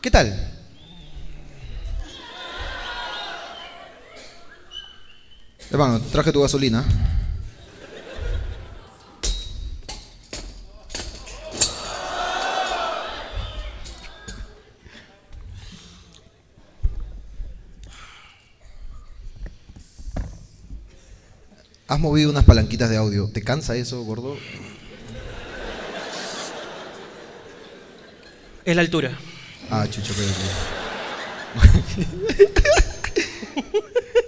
¿Qué tal? Hermano, traje tu gasolina. Has movido unas palanquitas de audio. ¿Te cansa eso, gordo? Es la altura. Ah, chucho, pero...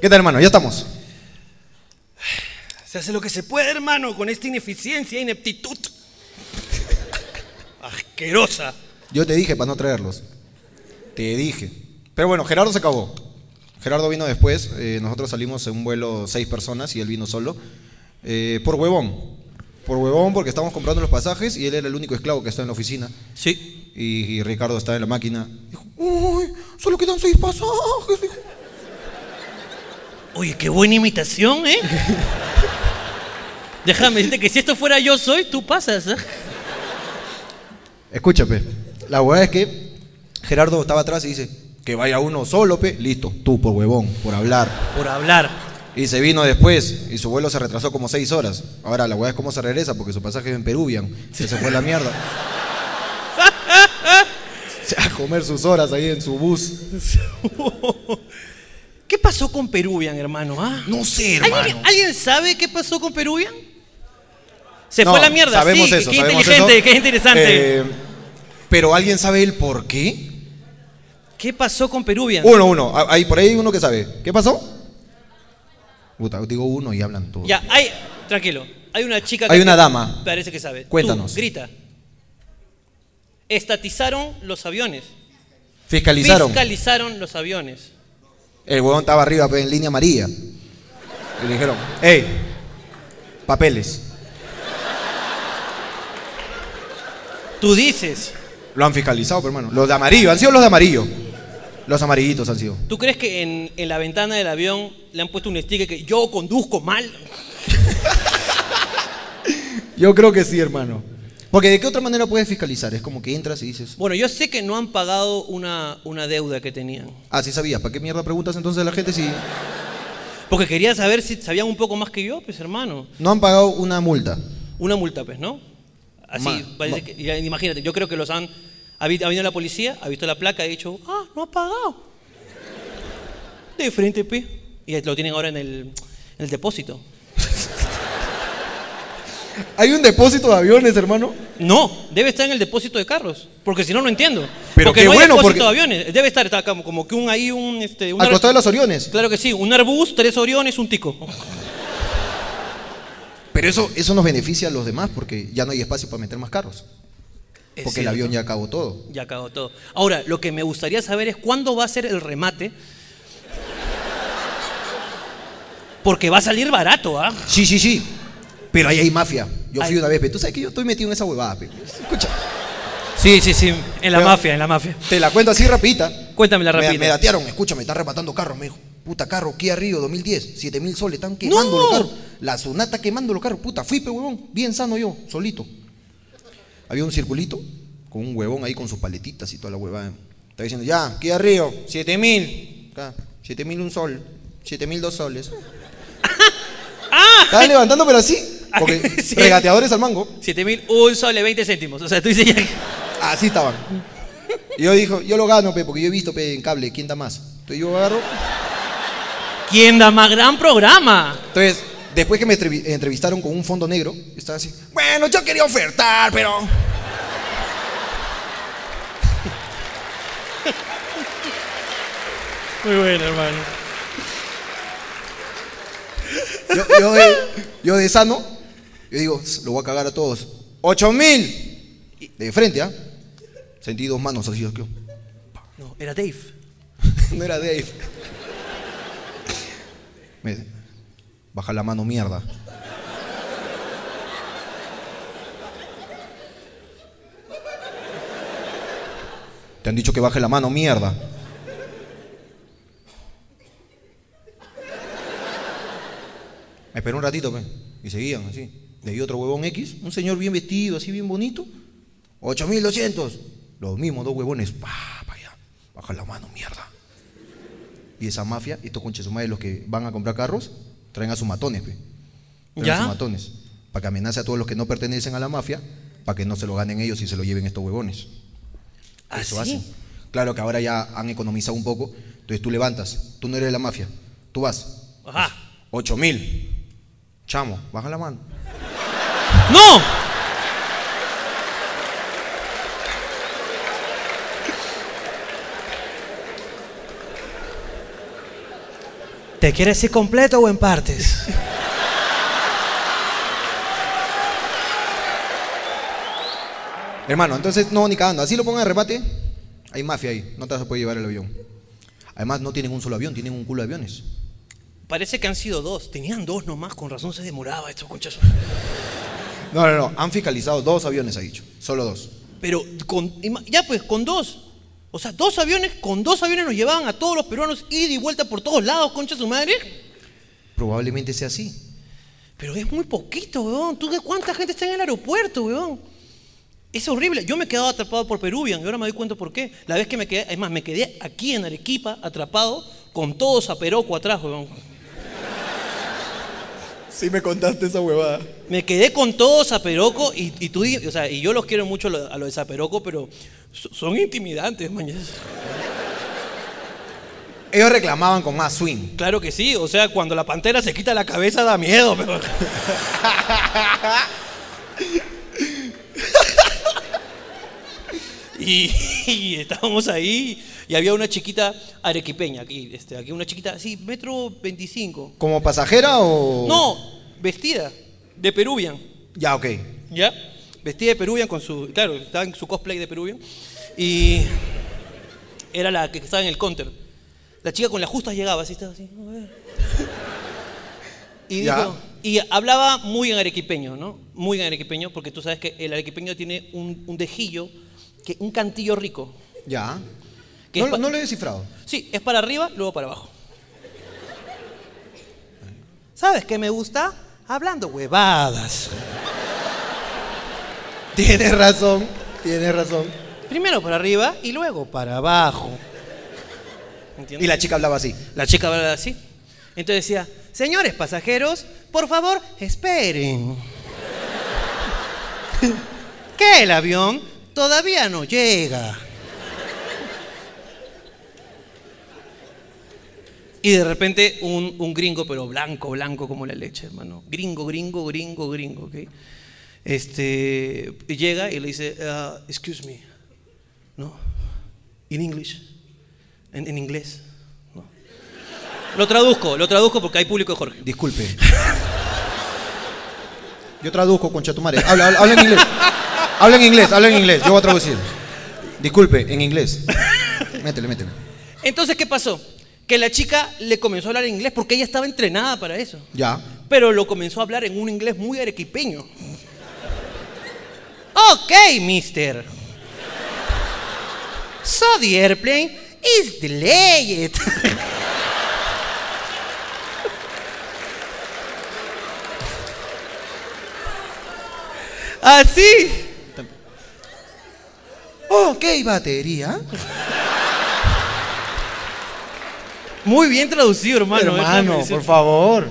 ¿Qué tal, hermano? Ya estamos. Se hace lo que se puede, hermano, con esta ineficiencia e ineptitud. Asquerosa. Yo te dije para no traerlos. Te dije. Pero bueno, Gerardo se acabó. Gerardo vino después. eh, nosotros salimos en un vuelo seis personas y él vino solo. Eh, por huevón. Por huevón porque estábamos comprando los pasajes y él era el único esclavo que está en la oficina. Sí. Y, y Ricardo estaba en la máquina. Dijo, uy, solo quedan seis pasajes. dijo. Oye, qué buena imitación, ¿eh? Déjame decirte que si esto fuera yo soy, tú pasas, ¿eh? Escúchame. La hueá es que Gerardo estaba atrás y dice, que vaya uno solo, pe. Listo, tú por huevón, por hablar. Por hablar. Y se vino después, y su vuelo se retrasó como seis horas. Ahora la weá es cómo se regresa, porque su pasaje es en Peruvian. Que se fue a la mierda. Se va a comer sus horas ahí en su bus. ¿Qué pasó con Peruvian, hermano? ah? No sé, ¿Alguien, hermano. alguien sabe qué pasó con Peruvian? Se No, fue a la mierda. Sabemos sí, eso, qué sabemos inteligente, eso. qué interesante. Eh, pero ¿alguien sabe el por qué? ¿Qué pasó con Peruvian? Uno, uno. Ah, Ahí, por ahí hay uno que sabe. ¿Qué pasó? Puta, digo uno y hablan todos. Ya, hay. Tranquilo. Hay una chica Hay una dama. Parece que sabe. Tú, Cuéntanos. grita. Estatizaron los aviones. Fiscalizaron. Fiscalizaron los aviones. El huevón estaba arriba pe, en línea amarilla. Y le dijeron, hey, papeles. Tú dices. Lo han fiscalizado, pero hermano. Los de amarillo, han sido los de amarillo. Los amarillitos han sido. ¿Tú crees que en, en la ventana del avión le han puesto un sticker que yo conduzco mal? Yo creo que sí, hermano. Porque de qué otra manera puedes fiscalizar? Es como que entras y dices, Bueno, yo sé que no han pagado una, una deuda que tenían. ah, sí sabías, ¿para qué mierda preguntas entonces a la gente si Porque quería saber si sabían un poco más que yo, pues hermano. no han pagado una multa? Una multa, pues, ¿no? Así, Ma- parece ma- que- ya, imagínate, yo creo que los han... Ha vi- ha venido la policía, ha visto la placa, ha dicho, ah, no ha pagado. De frente, pues. Y lo tienen ahora en el, en el depósito. Hay un depósito de aviones, hermano. No, debe estar en el depósito de carros, porque si no, no entiendo. Pero porque qué no hay bueno, depósito porque- de aviones. Debe estar está como, como que un ahí, un... Este, un Al ar- costado de los Oriones. Claro que sí, un arbus, tres oriones, un tico. Pero eso, eso nos beneficia a los demás porque ya no hay espacio para meter más carros. Es Porque el cierto. avión ya acabó todo. Ya acabó todo. Ahora, lo que me gustaría saber es cuándo va a ser el remate. Porque va a salir barato, ¿ah? Sí, sí, sí. Pero ahí hay mafia. Yo fui Ay. una vez, pero tú sabes que yo estoy metido en esa huevada, pe. Escucha, Sí, sí, sí. En la Pero- mafia, en la mafia. te la cuento así rapidita. Cuéntamela Me, me rápido. datearon, escúchame, están rematando carros, me dijo. Puta carro, Kia Río 2010, 7000 soles, están ¡No! quemando los carros. La Sonata quemando los carros, puta, fui pe huevón, bien sano yo, solito. Había un circulito con un huevón ahí con sus paletitas y toda la huevada. Está diciendo, ya, Kia Río, 7000, acá, 7000 un sol, 7000 dos soles. Estaban levantando pero así, porque Ah. Sí. regateadores al mango. 7 mil, un sol, 20 céntimos. O sea, tú dices ya. que- Así estaban. Y yo dijo, yo lo gano, pe, porque yo he visto pe, en cable, ¿quién da más? Entonces yo agarro. ¿Quién da más gran programa? Entonces, después que me entrevi- entrevistaron con un fondo negro, yo estaba así, bueno, yo quería ofertar, pero... Muy bueno, hermano. Yo, yo de, yo de sano, yo digo, "S- lo voy a cagar a todos. ¡Ocho mil! De frente, ¿ah? Sentí dos manos así, yo creo. No, era Dave. No era Dave. Me dice, baja la mano, mierda. Te han dicho que baje la mano, mierda. Me esperó un ratito, pe, y seguían así. Le di otro huevón X, un señor bien vestido, así bien bonito. 8200. Los mismos dos huevones, pa, pa allá. Baja la mano, mierda. Y esa mafia, estos conchesumares, los que van a comprar carros, traen a sus matones, pe. Traen ¿Ya? a sus matones. Para que amenace a todos los que no pertenecen a la mafia, para que no se lo ganen ellos y se lo lleven estos huevones. Eso ¿Ah, sí? hacen. Claro que ahora ya han economizado un poco. Entonces tú levantas. Tú no eres de la mafia. Tú vas. Ajá. Ocho mil. Chamo, baja la mano. ¡No! ¿Te quieres ir completo o en partes? Hermano, entonces no, ni cagando. Así lo pongan de remate. Hay mafia ahí. No te vas a poder llevar el avión. Además, no tienen un solo avión, tienen un culo de aviones. Parece que han sido dos. Tenían dos nomás, con razón se demoraba estos conchazos. No, no, no. Han fiscalizado dos aviones, ha dicho. Solo dos. Pero con, ima- ya pues, con dos. O sea, dos aviones, con dos aviones nos llevaban a todos los peruanos ida y vuelta por todos lados, concha su madre. Probablemente sea así. Pero es muy poquito, weón. ¿Tú qué cuánta gente está en el aeropuerto, weón? Es horrible. Yo me he quedado atrapado por Peruvian y ahora me doy cuenta por qué. La vez que me quedé, es más, me quedé aquí en Arequipa atrapado con todos a Peroco atrás, weón. Sí, me contaste esa huevada. Me quedé con todos a Peroco y, y tú, di- o sea, y yo los quiero mucho a lo- a los de Zaperoco, pero so- son intimidantes, mañana. Ellos reclamaban con más swing. Claro que sí, o sea, cuando la pantera se quita la cabeza da miedo, pero. y, y estábamos ahí y había una chiquita arequipeña, aquí, este, aquí una chiquita, sí, metro 25. ¿Como pasajera o.? No, vestida, de Peruvian, Ya, ok. ¿ya? Vestida de Peruvian con su. Claro, estaba en su cosplay de Peruvian. Y. Era la que estaba en el counter. La chica con las justas llegaba, así estaba así. a ver. Y, Ya. dijo- y hablaba muy en arequipeño, ¿no? Muy en arequipeño, porque tú sabes que el arequipeño tiene un, un dejillo, que, un cantillo rico. Ya. Que No, es pa- lo- no lo he descifrado. Sí, es para arriba, luego para abajo. ¿Sabes qué me gusta? Hablando huevadas. Tienes razón. Tienes razón. Primero para arriba y luego para abajo. ¿Entiendes? Y la chica hablaba así. La chica hablaba así. Entonces decía, señores pasajeros, por favor, esperen. que el avión todavía no llega. Y de repente un, un gringo, pero blanco, blanco como la leche, hermano. Gringo, gringo, gringo, gringo, ¿ok? Este, llega y le dice, "Ah, excuse me, ¿no? In English, en, en inglés, ¿no? Lo traduzco, lo traduzco porque hay público de Jorge. Disculpe. Yo traduzco con chatumare. Habla, habla, habla en inglés. Habla en inglés, habla en inglés. Yo voy a traducir. Disculpe, en inglés. Métele, métele. Entonces, ¿qué pasó? Que la chica le comenzó a hablar en inglés porque ella estaba entrenada para eso. Ya. Pero lo comenzó a hablar en un inglés muy arequipeño. Ok, mister. So the airplane is delayed. Así. Ok, batería. Muy bien traducido, hermano. eh, déjame Hermano, decirte. por favor.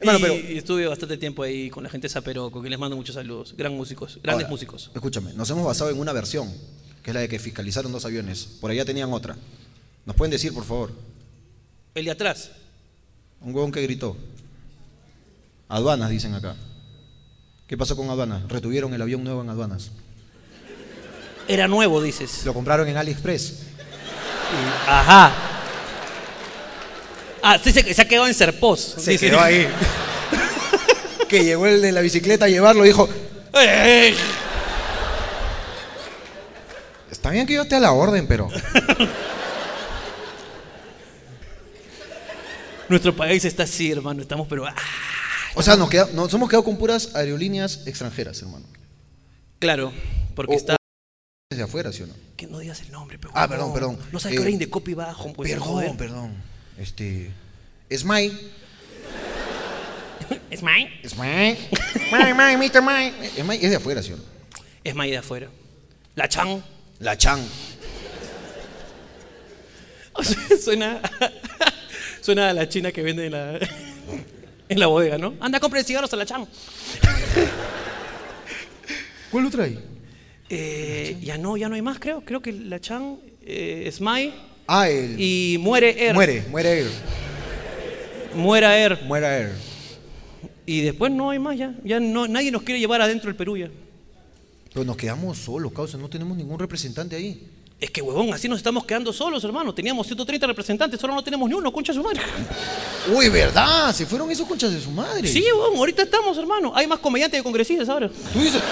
Hermano, y, pero- y estuve bastante tiempo ahí con la gente de Zaperoco, que les mando muchos saludos. Gran músicos, grandes Ahora, músicos. Escúchame, nos hemos basado en una versión, que es la de que fiscalizaron dos aviones. Por allá tenían otra. ¿Nos pueden decir, por favor? El de atrás. Un huevón que gritó. Aduanas, dicen acá. ¿Qué pasó con aduanas? Retuvieron el avión nuevo en aduanas. Era nuevo, dices. Lo compraron en AliExpress. Ajá. Ah, sí, se, se ha quedado en Serpos. Se dice. quedó ahí. que llegó el de la bicicleta a llevarlo y dijo, Ey, ey. está bien que yo esté a la orden, pero... Nuestro país está así, hermano. Estamos, pero. ah, O sea, nos, queda- nos hemos quedado con puras aerolíneas extranjeras, hermano. claro, porque O- está. Desde afuera, ¿sí o no? Que no digas el nombre, pero. Oh, Ah, perdón, perdón. No sabes Eh, qué hora Indecopi va a home, pues, Perdón, joder. perdón. Este... Smile. ¿Es May? Smile. Smile, Smile, Mr. Smile. Smile es de afuera, ¿sí o no? Es May de afuera. La Chan. La Chan. O sea, suena, suena a la china que vende en la, en la bodega, ¿no? Anda, compre cigarros a la chan. ¿Cuál lo trae? Eh, ya no, ya no hay más, creo. Creo que la chan eh, es Mai Ah, el. y muere Er. Muere, muere Air. Muera Er. Muere Air. Y después no hay más ya. Ya no, nadie nos quiere llevar adentro del Perú ya. Pero nos quedamos solos, causa, no tenemos ningún representante ahí. Es que, huevón, así nos estamos quedando solos, hermano. Teníamos 130 representantes, solo no tenemos ni uno, concha de su madre. Uy, ¿verdad? Se fueron esos conchas de su madre. Sí, huevón, ahorita estamos, hermano. Hay más comediantes que congresistas ahora. Tú dices.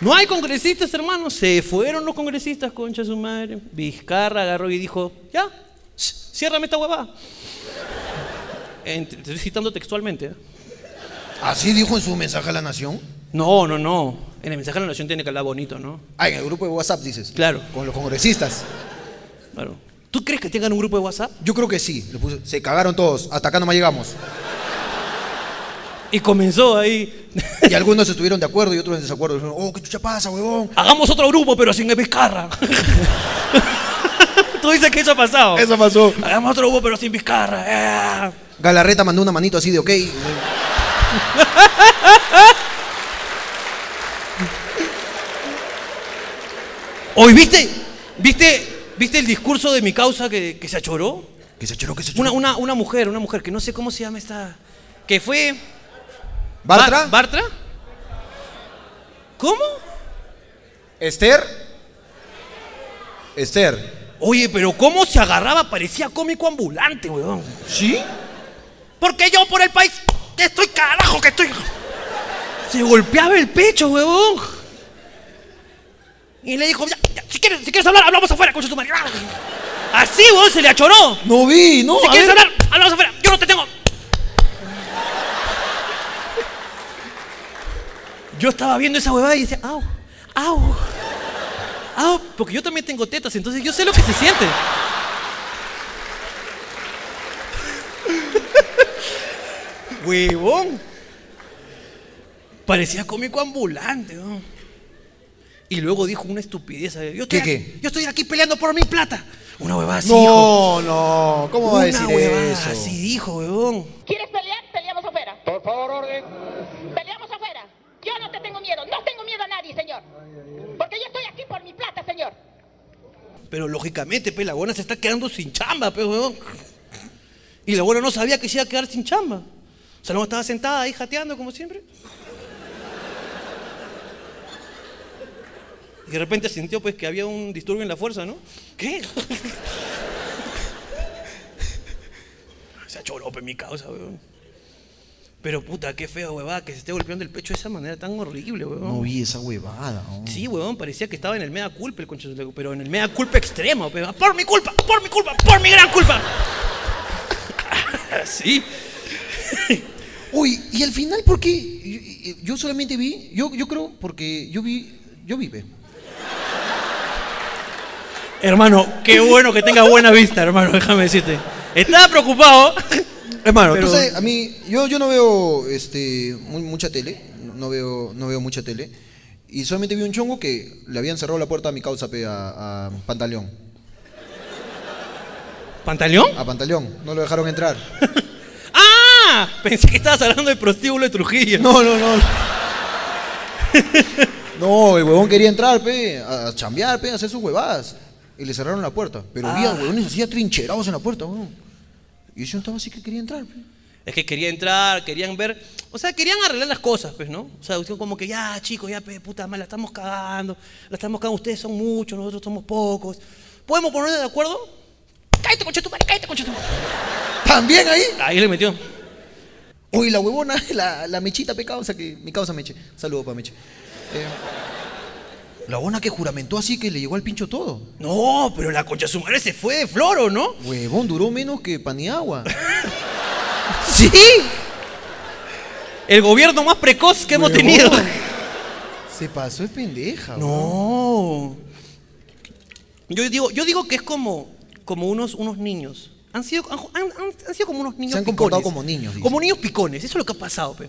No hay congresistas, hermano. Se fueron los congresistas, concha de su madre. Vizcarra agarró y dijo, ya, sh, ciérrame esta huevada. Ent- te estoy citando textualmente. ¿eh? Así dijo en su mensaje a la nación. No, no, no. En el mensaje de la nación tiene que hablar bonito, ¿no? Ah, en el grupo de WhatsApp dices. Claro. Con los congresistas. Claro. ¿Tú crees que tengan un grupo de WhatsApp? Yo creo que sí. lo puso. Se cagaron todos. Hasta acá nomás llegamos. Y comenzó ahí. Y algunos estuvieron de acuerdo y otros en desacuerdo. Dijeron, oh, qué chucha pasa, huevón. Hagamos otro grupo, pero sin el Vizcarra. Tú dices que eso ha pasado. Eso pasó. Hagamos otro grupo, pero sin Vizcarra. Eh. Galarreta mandó una manito así de ok. Hoy, ¿viste? ¿Viste? ¿Viste el discurso de mi causa que, que se achoró? Que se choró, que se choró. Una, una, una mujer, una mujer que no sé cómo se llama esta. Que fue. ¿Bartra? Ba- ¿Bartra? ¿Cómo? ¿Esther? ¿Esther? Oye, pero cómo se agarraba, parecía cómico ambulante, weón. ¿Sí? Porque yo por el país que estoy carajo, que estoy. Se golpeaba el pecho, huevón. Y le dijo, "Ya, ya, si, quieres, si quieres hablar, hablamos afuera, concha de tu madre. Así, huevón, se le achoró. No vi, no. Si a quieres ver. hablar, hablamos afuera. Yo no te tengo. Yo estaba viendo esa huevada y decía, au, au, au, porque yo también tengo tetas, entonces yo sé lo que se siente. Huevón. Parecía cómico ambulante, ¿no? Y luego dijo una estupidez. ¿sabes? Yo estoy, ¿Qué, aquí, qué? yo estoy aquí peleando por mi plata. Una huevada así, No, hijo. no. ¿Cómo va a Una decir huevada, eso? así dijo, huevón. ¿Quieres pelear? Peleamos afuera. Por favor, orden. Peleamos afuera. Yo no te tengo miedo. No tengo miedo a nadie, señor. Porque yo estoy aquí por mi plata, señor. Pero lógicamente, pe, la buena se está quedando sin chamba, pe, huevón. Y la buena no sabía que se iba a quedar sin chamba. O sea, no estaba sentada ahí jateando como siempre. Y de repente sintió pues que había un disturbio en la fuerza, ¿no? ¿Qué? se achoró, pe, mi causa, huevón. Pero puta, qué feo, huevada, que se esté golpeando el pecho de esa manera tan horrible, huevón. No vi esa huevada. oh. Sí, huevón, parecía que estaba en el mea culpa el concha de su madre, pero en el mea culpa extremo, pe, por mi culpa, por mi culpa, por mi gran culpa. sí. Uy, y al final, ¿por qué? Y- y- Yo, solamente vi, yo, yo creo, porque yo vi, yo vi, ve. Hermano, qué bueno que tengas buena vista, hermano, déjame decirte. Estaba preocupado. Hermano, Pero- tú sabes, a mí, yo, yo no veo este, mu- mucha tele, no- no veo, no veo mucha tele, y solamente vi un chongo que le habían cerrado la puerta a mi causa, pe, a, a Pantaleón. ¿Pantaleón? A Pantaleón, no lo dejaron entrar. ¡Ah! Pensé que estabas hablando del prostíbulo de Trujillo. No, no, no. No, el huevón quería entrar, pe, a a chambear, pe, a hacer sus huevadas. Y le cerraron la puerta. Pero había huevones así atrincherados en la puerta, huevón. Y yo estaba así que quería entrar, pe. Es que quería entrar, querían ver, o sea, querían arreglar las cosas, pues, ¿no? O sea, usted como que ya, chicos, ya, pe, puta madre, la estamos cagando, la estamos cagando, ustedes son muchos, nosotros somos pocos. ¿Podemos ponernos de acuerdo? Cállate, concha de tu madre, cállate, concha de tu madre. ¿También ahí? Ahí le metió. Uy, la huevona, la, la mechita pe causa, que mi causa meche. Saludo para meche. Eh, la huevona que juramentó así que le llegó al pincho todo. No, pero la concha de su madre se fue de floro, ¿no? Huevón, duró menos que Paniagua. Sí. El gobierno más precoz que hemos Huevón. tenido. Se pasó es pendeja, huevón. No. Yo digo, yo digo que es como, como unos, unos niños. Han sido, han, han- han sido como unos niños han picones. comportado como niños, dice. Como niños picones. Eso es lo que ha pasado, pe.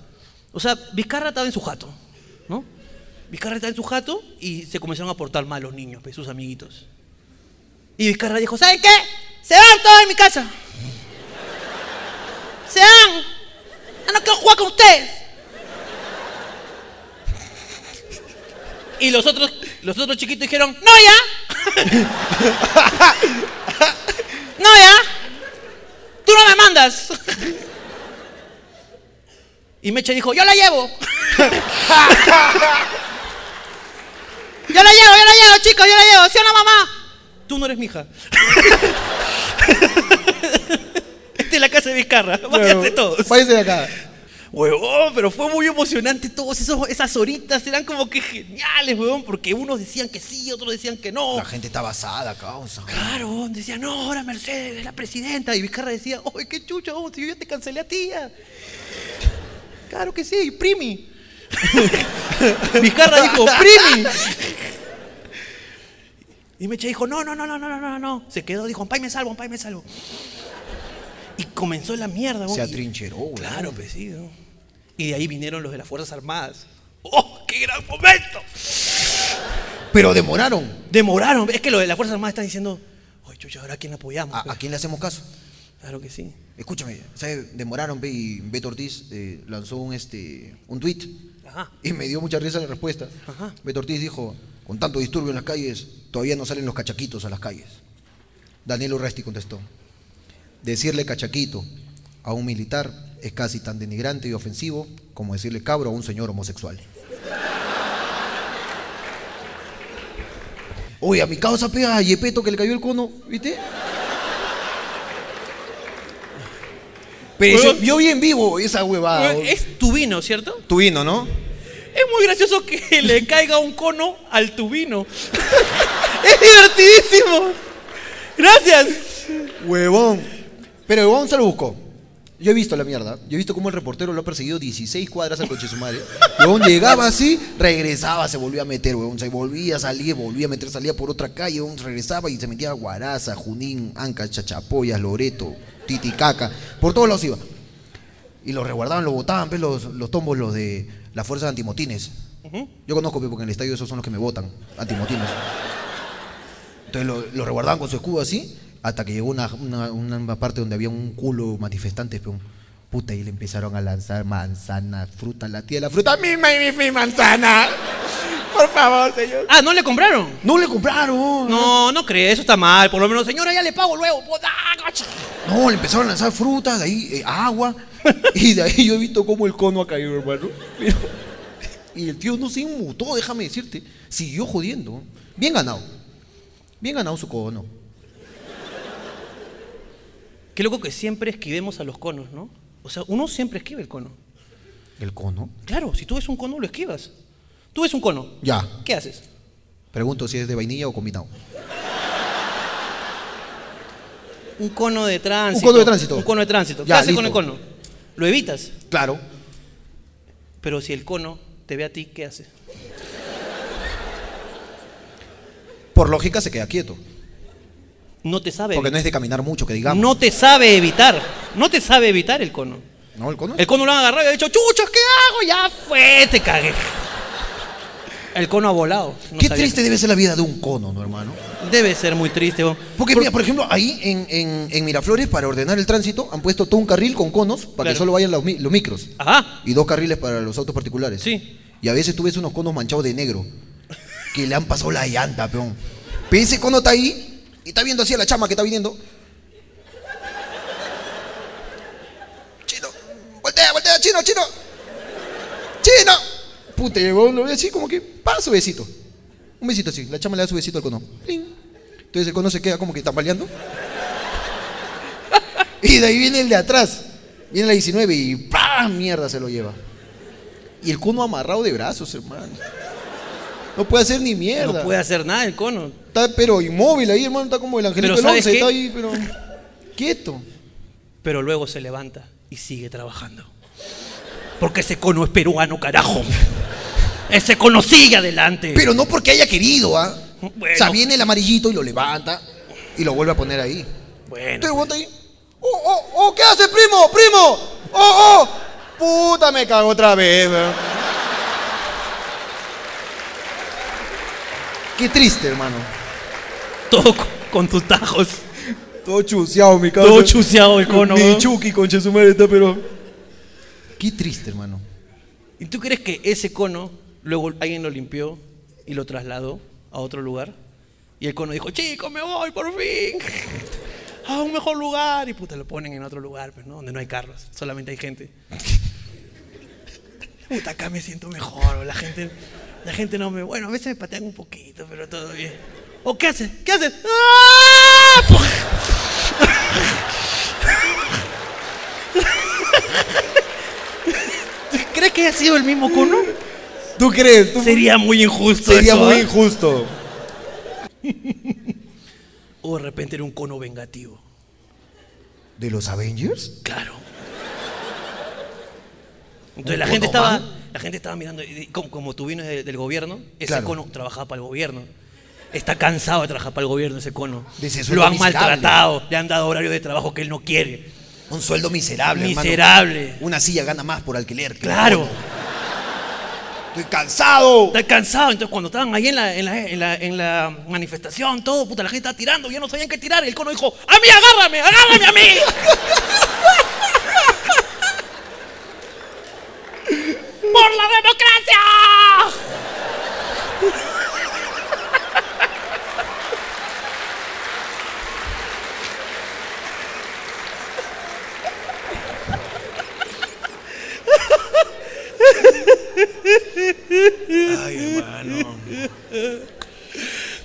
O O sea, Vizcarra estaba en su jato, ¿no? Vizcarra estaba en su jato y se comenzaron a portar mal los niños, pues, sus amiguitos. Y Vizcarra dijo, ¿saben qué? Se van todos de mi casa. Se van. Yo no quiero jugar con ustedes. Y los otros, los otros chiquitos dijeron, no ya. no ya. Tú no me mandas. Y Meche dijo, yo la llevo. yo la llevo, yo la llevo, chicos, yo la llevo. ¿Sí o no, mamá? Tú no eres mi hija. Esta es la casa de Vizcarra. Váyanse todos. Váyanse de acá. Huevón, pero fue muy emocionante todos esos, esas horitas, eran como que geniales, huevón, porque unos decían que sí, otros decían que no. La gente está basada, causa. Claro, huevón, decían, no, ahora Mercedes es la presidenta. Y Vizcarra decía, oye, qué chucha, huevón, si yo ya te cancelé a tía. Claro que sí, primi. Vizcarra dijo, primi. Y Meche dijo, no, no, no, no, no, no, no, no. Se quedó, dijo, pay me salvo, pay me salvo. Y comenzó la mierda, huevón. Se Y- atrincheró, weón. Claro, pues sí. ¿no? Y de ahí vinieron los de las Fuerzas Armadas. ¡Oh, qué gran momento! Pero demoraron. Demoraron. Es que los de las Fuerzas Armadas están diciendo, oye, chucha, ¿ahora a quién apoyamos? ¿A, pues?" a quién le hacemos caso? Claro que sí. Escúchame, ¿sabes? Demoraron, pe, y Beto Ortiz eh, lanzó un, este, un tweet Ajá. y me dio mucha risa la respuesta. Ajá. Beto Ortiz dijo, con tanto disturbio en las calles, todavía no salen los cachaquitos a las calles. Daniel Urresti contestó, decirle cachaquito a un militar es casi tan denigrante y ofensivo como decirle cabro a un señor homosexual. Oye, a mi causa pega a Yepeto que le cayó el cono, ¿viste? Pero Huevón. yo vi en vivo esa huevada. Es tubino, ¿cierto? Tu vino, ¿no? Es muy gracioso que le caiga un cono al tubino. es divertidísimo. Gracias. Huevón. Pero huevón se lo buscó. Yo he visto la mierda. Yo he visto cómo el reportero lo ha perseguido 16 cuadras al coche de su madre. Huevón llegaba así, regresaba, se volvía a meter, huevón. Se volvía a salir, volvía a meter, salía por otra calle, huevón. Regresaba y se metía a Guaraza, Junín, Anca, Chachapoyas, Loreto, Titicaca. Por todos lados iba. Y los resguardaban, los botaban, pues, los, los tombos, los de las fuerzas antimotines. Yo conozco, pe, porque en el estadio esos son los que me votan, antimotines. Entonces lo, lo reguardaban con su escudo así, hasta que llegó una, una- una parte donde había un culo manifestante, peón. Puta, y le empezaron a lanzar manzana, fruta, la tía de la fruta. ¡Mima y mi, mi manzana! Por favor, señor. Ah, ¿no le compraron? No le compraron. No, no cree, eso está mal. Por lo menos, señora, ya le pago luego. Puta, coche. No, le empezaron a lanzar frutas, de ahí eh, agua. Y de ahí yo he visto cómo el cono ha caído, hermano. Mira. Y el tío no se inmutó, déjame decirte. Siguió jodiendo. Bien ganado. Bien ganado su cono. Qué loco que siempre esquivemos a los conos, ¿no? O sea, uno siempre esquiva el cono. ¿El cono? Claro, si tú ves un cono, lo esquivas. Tú ves un cono. Ya. ¿Qué haces? Pregunto si es de vainilla o combinado. Un cono de tránsito. cono de tránsito. Un cono de tránsito. ¿Qué Ya, haces con el listo. cono? Lo evitas. Claro. Pero si el cono te ve a ti, ¿qué haces? Por lógica se queda quieto. No te sabe Porque no evitar. es de caminar mucho, que digamos. No te sabe evitar. No te sabe evitar el cono. No, el cono. El cono lo han agarrado y ha dicho, chuchos, ¿qué hago? Ya fue, te cagué. El cono ha volado. No Qué sabía. triste debe ser la vida de un cono, ¿no, hermano? Debe ser muy triste. bo. Porque, mira, por ejemplo, ahí en, en- en Miraflores, para ordenar el tránsito, han puesto todo un carril con conos para Claro. que solo vayan los, mi- los micros. Ajá. Y dos carriles para los autos particulares. Sí. Y a veces tú ves unos conos manchados de negro que le han pasado la llanta, peón. Pero ese cono está ahí y está viendo así a la chama que está viniendo. Chino, voltea, voltea, chino, chino. Chino. Puta, llegó, lo ve así como que, pa, su besito. Un besito así. La chama le da su besito al cono. Cling. Entonces el cono se queda como que tambaleando. Y de ahí viene el de atrás. Viene la 19 y ¡pam! Mierda se lo lleva. Y el cono amarrado de brazos, hermano. No puede hacer ni mierda. No puede hacer nada el cono. Está pero inmóvil ahí, hermano. Está como el angelito Pero del ¿sabes 11. Está qué? ahí, pero. Quieto. pero luego se levanta y sigue trabajando. Porque ese cono es peruano, carajo. Ese cono sigue adelante. Pero no porque haya querido, ¿ah? Bueno. O sea, viene el amarillito y lo levanta y lo vuelve a poner ahí. bueno, Entonces, el huevón está ahí. ¡Oh, oh, oh! ¿Qué hace, primo? ¡Primo! ¡Oh, oh! Puta, me cago otra vez, weón. Qué triste, hermano. Todo co- con tus tajos. Todo chuseado, mi cabrón. Todo chuseado el cono. Mi weón. chuki, concha de su madre, está, pero. Qué triste, hermano. ¿Y tú crees que ese cono luego alguien lo limpió y lo trasladó a otro lugar? Y el cono dijo, chicos, me voy por fin a un mejor lugar. Y puta, lo ponen en otro lugar, pues, ¿no? Donde no hay carros, solamente hay gente. Puta, acá me siento mejor. La gente, la gente no me... Bueno, a veces me patean un poquito, pero todo bien. ¿O qué haces? ¿Qué haces? ¡Ah! ¿Crees que haya sido el mismo cono? ¿Tú crees? ¿Tú- Sería muy injusto Sería eso, muy ¿ah? injusto. O de repente era un cono vengativo. ¿De los Avengers? Claro. Entonces la cono gente, estaba, malo? la gente estaba mirando, y- y como, como tú vienes de- del gobierno, ese Claro. cono trabajaba para el gobierno. Está cansado de trabajar para el gobierno ese cono. Dice, "Sueldo Lo han miserable". maltratado, le han dado horario de trabajo que él no quiere. Un sueldo miserable. hermano. Miserable. Una silla gana más por alquiler. que Claro. un cono. Estoy cansado. Está cansado. Entonces cuando estaban ahí en la, en la- en la- en la manifestación, todo, puta, la gente estaba tirando, ya no sabían qué tirar. Y el cono dijo, a mí, agárrame, agárrame a mí. ¡Por la democracia!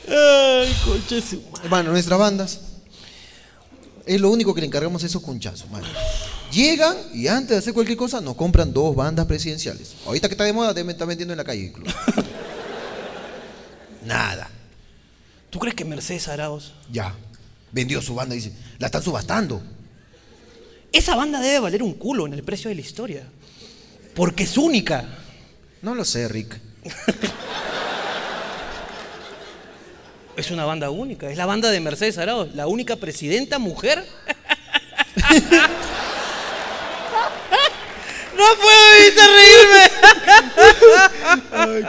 Ay, conche su madre. Hermano, nuestras bandas. Es lo único que le encargamos a esos cunchazos, mano. Llegan y antes de hacer cualquier cosa nos compran dos bandas presidenciales. Ahorita que está de moda, te están vendiendo en la calle incluso. Nada. ¿Tú crees que Mercedes Araos? Ya. Vendió su banda y dice, la están subastando. Esa banda debe valer un culo en el precio de la historia. Porque es única. No lo sé, Rick. Es una banda única. Es la banda de Mercedes Araos, la única presidenta mujer. no puedo evitar reírme.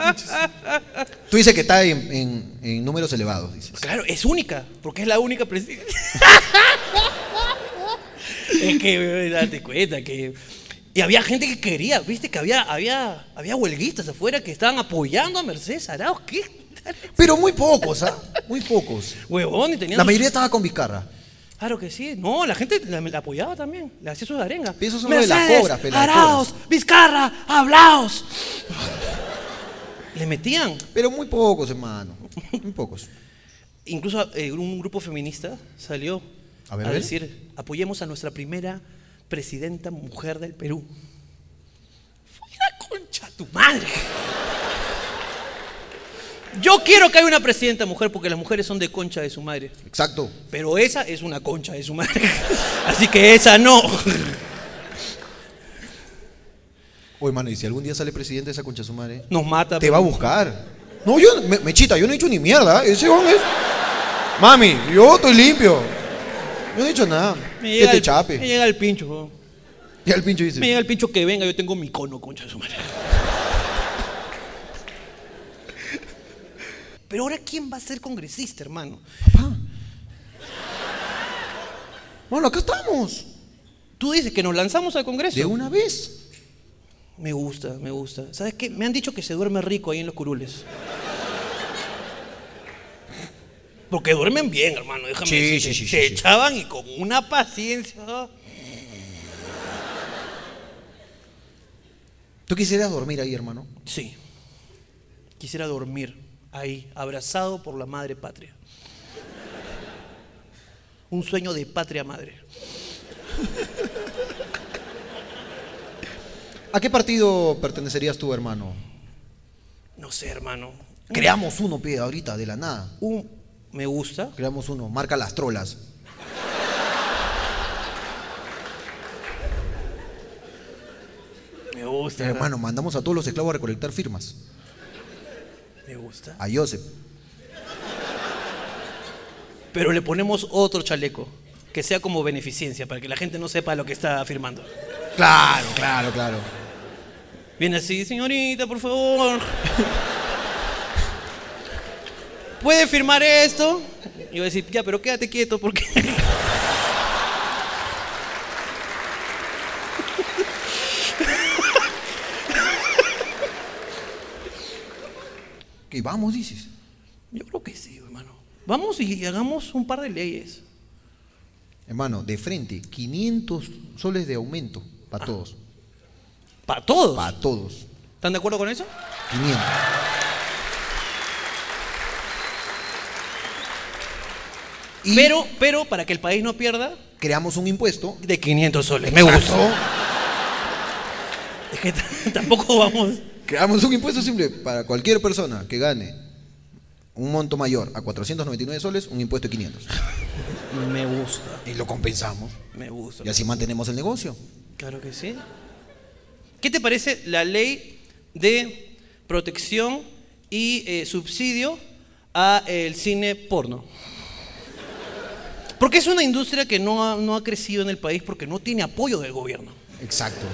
Tú dices que está en, en- en números elevados, dices. Claro, es única, porque es la única presidenta. es que weón, date cuenta que y había gente que quería, viste que había había había huelguistas afuera que estaban apoyando a Mercedes Araos. ¿Qué? Pero muy pocos, ¿ah? Muy pocos. Huevón y tenían La sus- mayoría estaba con Vizcarra. Claro que sí. No, la gente la, la apoyaba también. Le hacía sus arengas. Eso es uno de las cobras, pe, las Araos, Vizcarra, hablaos. Le metían. Pero muy pocos, hermano. Muy pocos. Incluso eh, un grupo feminista salió A a, ver, a ver. decir, apoyemos a nuestra primera presidenta mujer del Perú. Fuera concha tu madre. Yo quiero que haya una presidenta mujer porque las mujeres son de concha de su madre. Exacto. Pero esa es una concha de su madre. Así que esa no. Oye, hermano, y si algún día sale presidente de esa concha de su madre, Nos mata. te va a buscar. No, yo, me, mechita, yo no he hecho ni mierda. ¿eh? Ese hombre es. Mami, yo estoy limpio. Yo no he hecho nada. Me Que llega, te el, me chape. llega el pincho. weón. Y al pincho Me dice. llega el pincho que venga, yo tengo mi cono, concha de su madre. Pero ahora, ¿quién va a ser congresista, hermano? Papá. Bueno, acá estamos. Tú dices que nos lanzamos al Congreso. De una vez. Me gusta, me gusta. ¿Sabes qué? Me han dicho que se duerme rico ahí en los curules. Porque duermen bien, hermano, déjame Sí, decirte. sí, sí, sí, se sí. echaban y con una paciencia. ¿Tú quisieras dormir ahí, hermano? Sí. Quisiera dormir ahí, abrazado por la madre patria. Un sueño de patria madre. ¿A qué partido pertenecerías tú, hermano? No sé, hermano. Creamos uno, pie, ahorita, de la nada. Un me gusta. Creamos uno, marca las trolas. Me gusta. Hermano, mandamos a todos los esclavos a recolectar firmas. Me gusta. A Joseph. Pero le ponemos otro chaleco. Que sea como beneficencia, para que la gente no sepa lo que está afirmando. Claro, claro, claro. Viene así, señorita, por favor. ¿Puede firmar esto? Y yo a decir, ya, pero quédate quieto porque... Y vamos, dices. Yo creo que sí, hermano. Vamos y hagamos un par de leyes. Hermano, de frente, 500 soles de aumento para todos. Para todos. Para todos. ¿Están de acuerdo con eso? 500. Y Pero, pero, para que el país no pierda, creamos un impuesto. de 500 soles. Me gustó. Exacto. Es que t- tampoco vamos... Creamos un impuesto simple para cualquier persona que gane un monto mayor a 499 soles, un impuesto de 500. Me gusta, Y lo compensamos. me gusta. Y así mantenemos el negocio. Claro que sí. ¿Qué te parece la ley de protección y eh, subsidio a eh, el cine porno? Porque es una industria que no ha, no ha crecido en el país porque no tiene apoyo del gobierno. Exacto.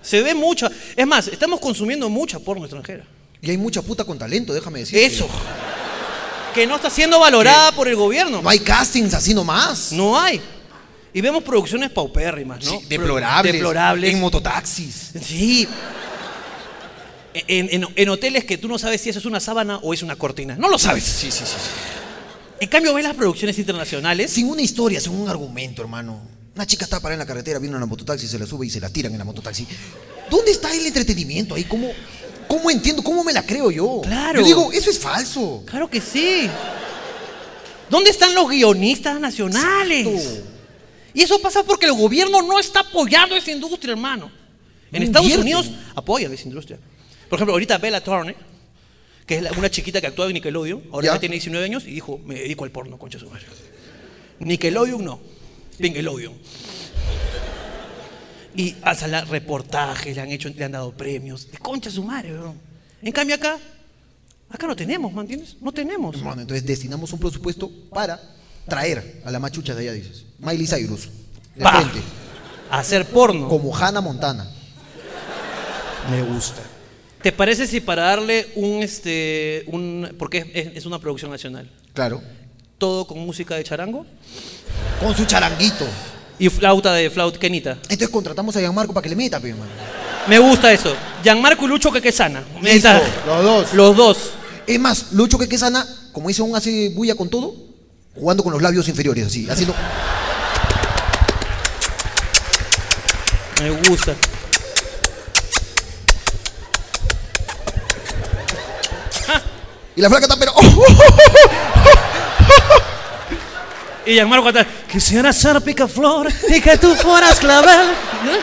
Se ve mucha, es más, estamos consumiendo mucha porno extranjera. Y hay mucha puta con talento, déjame decir. Eso. Que no está siendo valorada por el gobierno. No hay castings así nomás. No hay. Y vemos producciones paupérrimas, ¿no? Sí, deplorables. Deplorables. En mototaxis. Sí. En, en- en hoteles que tú no sabes si eso es una sábana o es una cortina. No lo sabes. Sí, sí, sí. sí. En cambio, ves las producciones internacionales. Sin una historia, sin un argumento, hermano. Una chica está parada en la carretera, viene una mototaxi, se la sube y se la tiran en la mototaxi. ¿Dónde está el entretenimiento ahí? ¿Cómo, cómo entiendo? ¿Cómo me la creo yo? Claro. Yo digo, eso es falso. Claro que sí. ¿Dónde están los guionistas nacionales? Exacto. Y eso pasa porque el gobierno no está apoyando esa industria, hermano. En No Estados invierten. Unidos apoyan esa industria. Por ejemplo, ahorita Bella Thorne, que es la- una chiquita que actuaba en Nickelodeon, ahora Ya. ya tiene 19 años y dijo, me dedico al porno, concha su madre. Nickelodeon no, Nickelodeon. Y hacen la- reportajes, le han hecho, le han dado premios. De concha su madre, weón. En cambio acá, acá no tenemos, ¿me entiendes? No tenemos. Hermano, entonces destinamos un presupuesto para traer a la machucha de allá, dices. Miley Cyrus. De Pa. frente. Hacer porno. Como Hannah Montana. Me gusta. ¿Te parece si para darle un este un porque es, es una producción nacional, Claro. todo con música de charango Con su charanguito. y flauta de flauta quenita? Entonces contratamos a Gianmarco para que le meta, pe, hermano. Me gusta eso. Gianmarco y Lucho Quequesana. Me gusta. los dos. Los dos. Es más, Lucho que sana, como dice un hace bulla con todo, jugando con los labios inferiores, así, haciendo. Me gusta. Y la flaca está, pero. ¡oh! Y Gianmarco atrás, quisiera ser picaflor y que tú fueras clavel.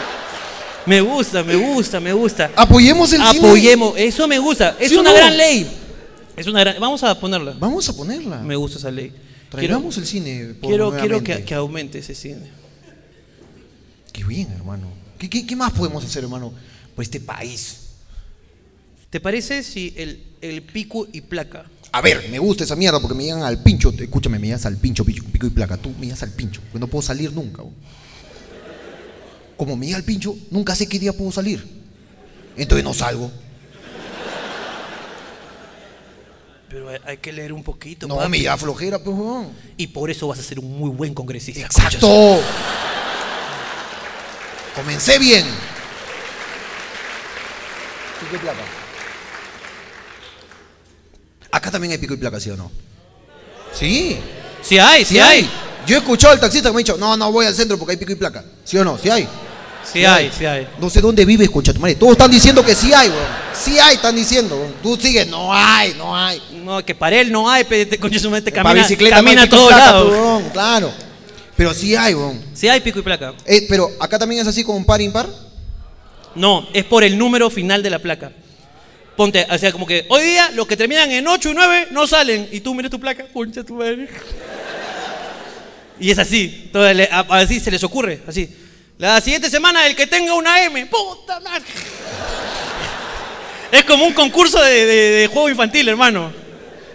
Me gusta, me gusta, me gusta. Apoyemos Ah, el cine. Apoyemos, eso me gusta. Es ¿Sí o una no? gran ley. Es una gran Vamos a ponerla. Vamos a ponerla. Me gusta esa ley. Quiero- Traigamos el cine. por Quiero, quiero nuevamente. que, que aumente ese cine. Qué bien, hermano. ¿Qué, qué, qué más podemos hacer, hermano, por este país? ¿Te parece si el, el pico y placa? A ver, me gusta esa mierda porque me llegan al pincho. Escúchame, me llegas al pincho, pico, pico y placa. Tú me llegas al pincho, porque no puedo salir nunca. bo. Como me llega al pincho, nunca sé qué día puedo salir. Entonces no salgo. Pero hay, hay que leer un poquito. No, papi. me llega flojera, pues, huevón. Y por eso vas a ser un muy buen congresista. conchas. Exacto. Comencé bien. Pico y placa. Acá también hay pico y placa, ¿sí o no? Sí, Sí hay, sí, sí hay. hay. Yo he escuchado al taxista que me ha dicho, no, no voy al centro porque hay pico y placa. ¿Sí o no? Sí hay. Sí hay, sí hay. No sé dónde vives, concha tu madre. Todos están diciendo que sí hay, weón. Sí hay, están diciendo. weón. Tú sigues, no hay, no hay. No, que para él no hay, pe- te- concha su madre, te Pa' camina, bicicleta, camina no a hay pico y todos placa, lados. pues, weón, claro. Pero sí hay, weón. Sí hay pico y placa. Eh, pero acá también es así como par impar. No, es por el número final de la placa. Ponte, o sea, como que hoy día los que terminan en 8 y 9 no salen. Y tú miras tu placa, concha tu madre. Y es así, todo el- a- así se les ocurre, así. La siguiente semana el que tenga una M, puta madre. Es como un concurso de, de- de juego infantil, hermano.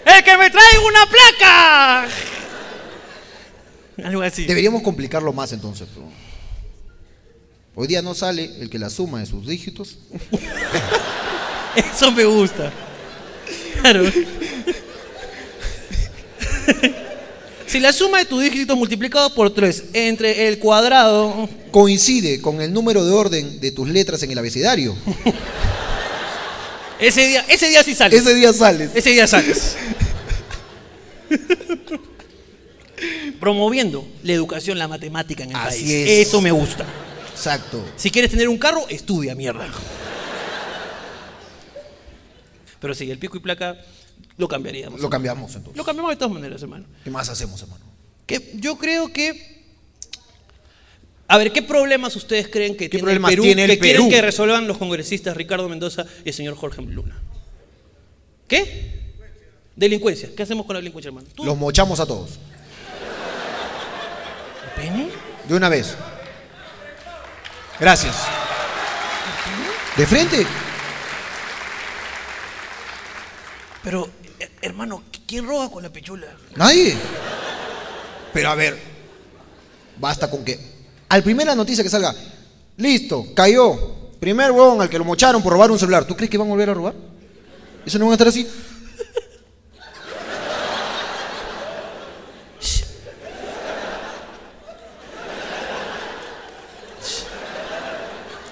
¡El que me traiga una placa! Algo así. Deberíamos complicarlo más entonces. pero- Hoy día no sale el que la suma de sus dígitos. Eso me gusta. Claro. Si la suma de tus dígitos multiplicado por 3 entre el cuadrado. Coincide con el número de orden de tus letras en el abecedario. Ese día, ese día sí sales. Ese día sales. Ese día sales. Promoviendo la educación, la matemática en el Así país. es. Eso me gusta. Exacto. Si quieres tener un carro, estudia, mierda. Pero sí, el pico y placa lo cambiaríamos. Lo cambiamos entonces. Lo cambiamos de todas maneras, hermano. ¿Qué más hacemos, hermano? Que yo creo que. A ver, ¿qué problemas ustedes creen que tiene el problemas Perú tiene el que quieren Perú? que resuelvan los congresistas Ricardo Mendoza y el señor Jorge Luna? ¿Qué? Delincuencia. ¿Qué hacemos con la delincuencia, hermano? ¿Tú? Los mochamos a todos. ¿Pene? De una vez. Gracias. ¿De frente? Pero, eh, hermano, ¿quién roba con la pichula? Nadie. Pero a ver, basta con que al primera noticia que salga, listo, cayó, primer huevón al que lo mocharon por robar un celular, ¿tú crees que van a volver a robar? ¿Eso no van a estar así?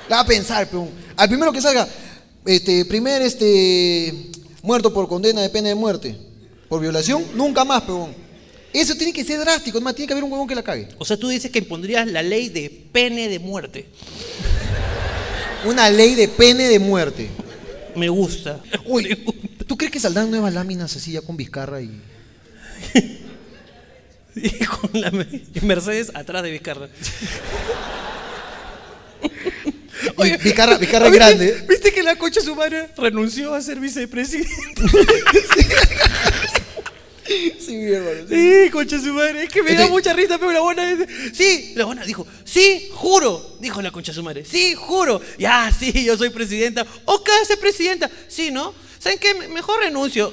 La va a pensar, peón. Al primero que salga, este, primer este, muerto por condena de pena de muerte, por violación, nunca más, peón. Eso tiene que ser drástico, además tiene que haber un huevón que la cague. O sea, tú dices que impondrías la ley de pene de muerte. Una ley de pene de muerte. Me gusta. Uy, ¿tú crees que saldrán nuevas láminas así ya con Vizcarra y. Y con la y Mercedes atrás de Vizcarra. Uy, Vizcarra, Vizcarra es ¿Viste- grande. ¿Viste que la cocha su madre renunció a ser vicepresidente? Sí, mi hermano. Sí, cocha su madre. Es que me da Este- mucha risa, pero la buena dice, Sí, la buena dijo, sí, juro. Dijo la concha su madre, sí, juro. Ya, sí, yo soy presidenta. O ser presidenta. Sí, ¿no? ¿Saben qué? Me- Mejor renuncio.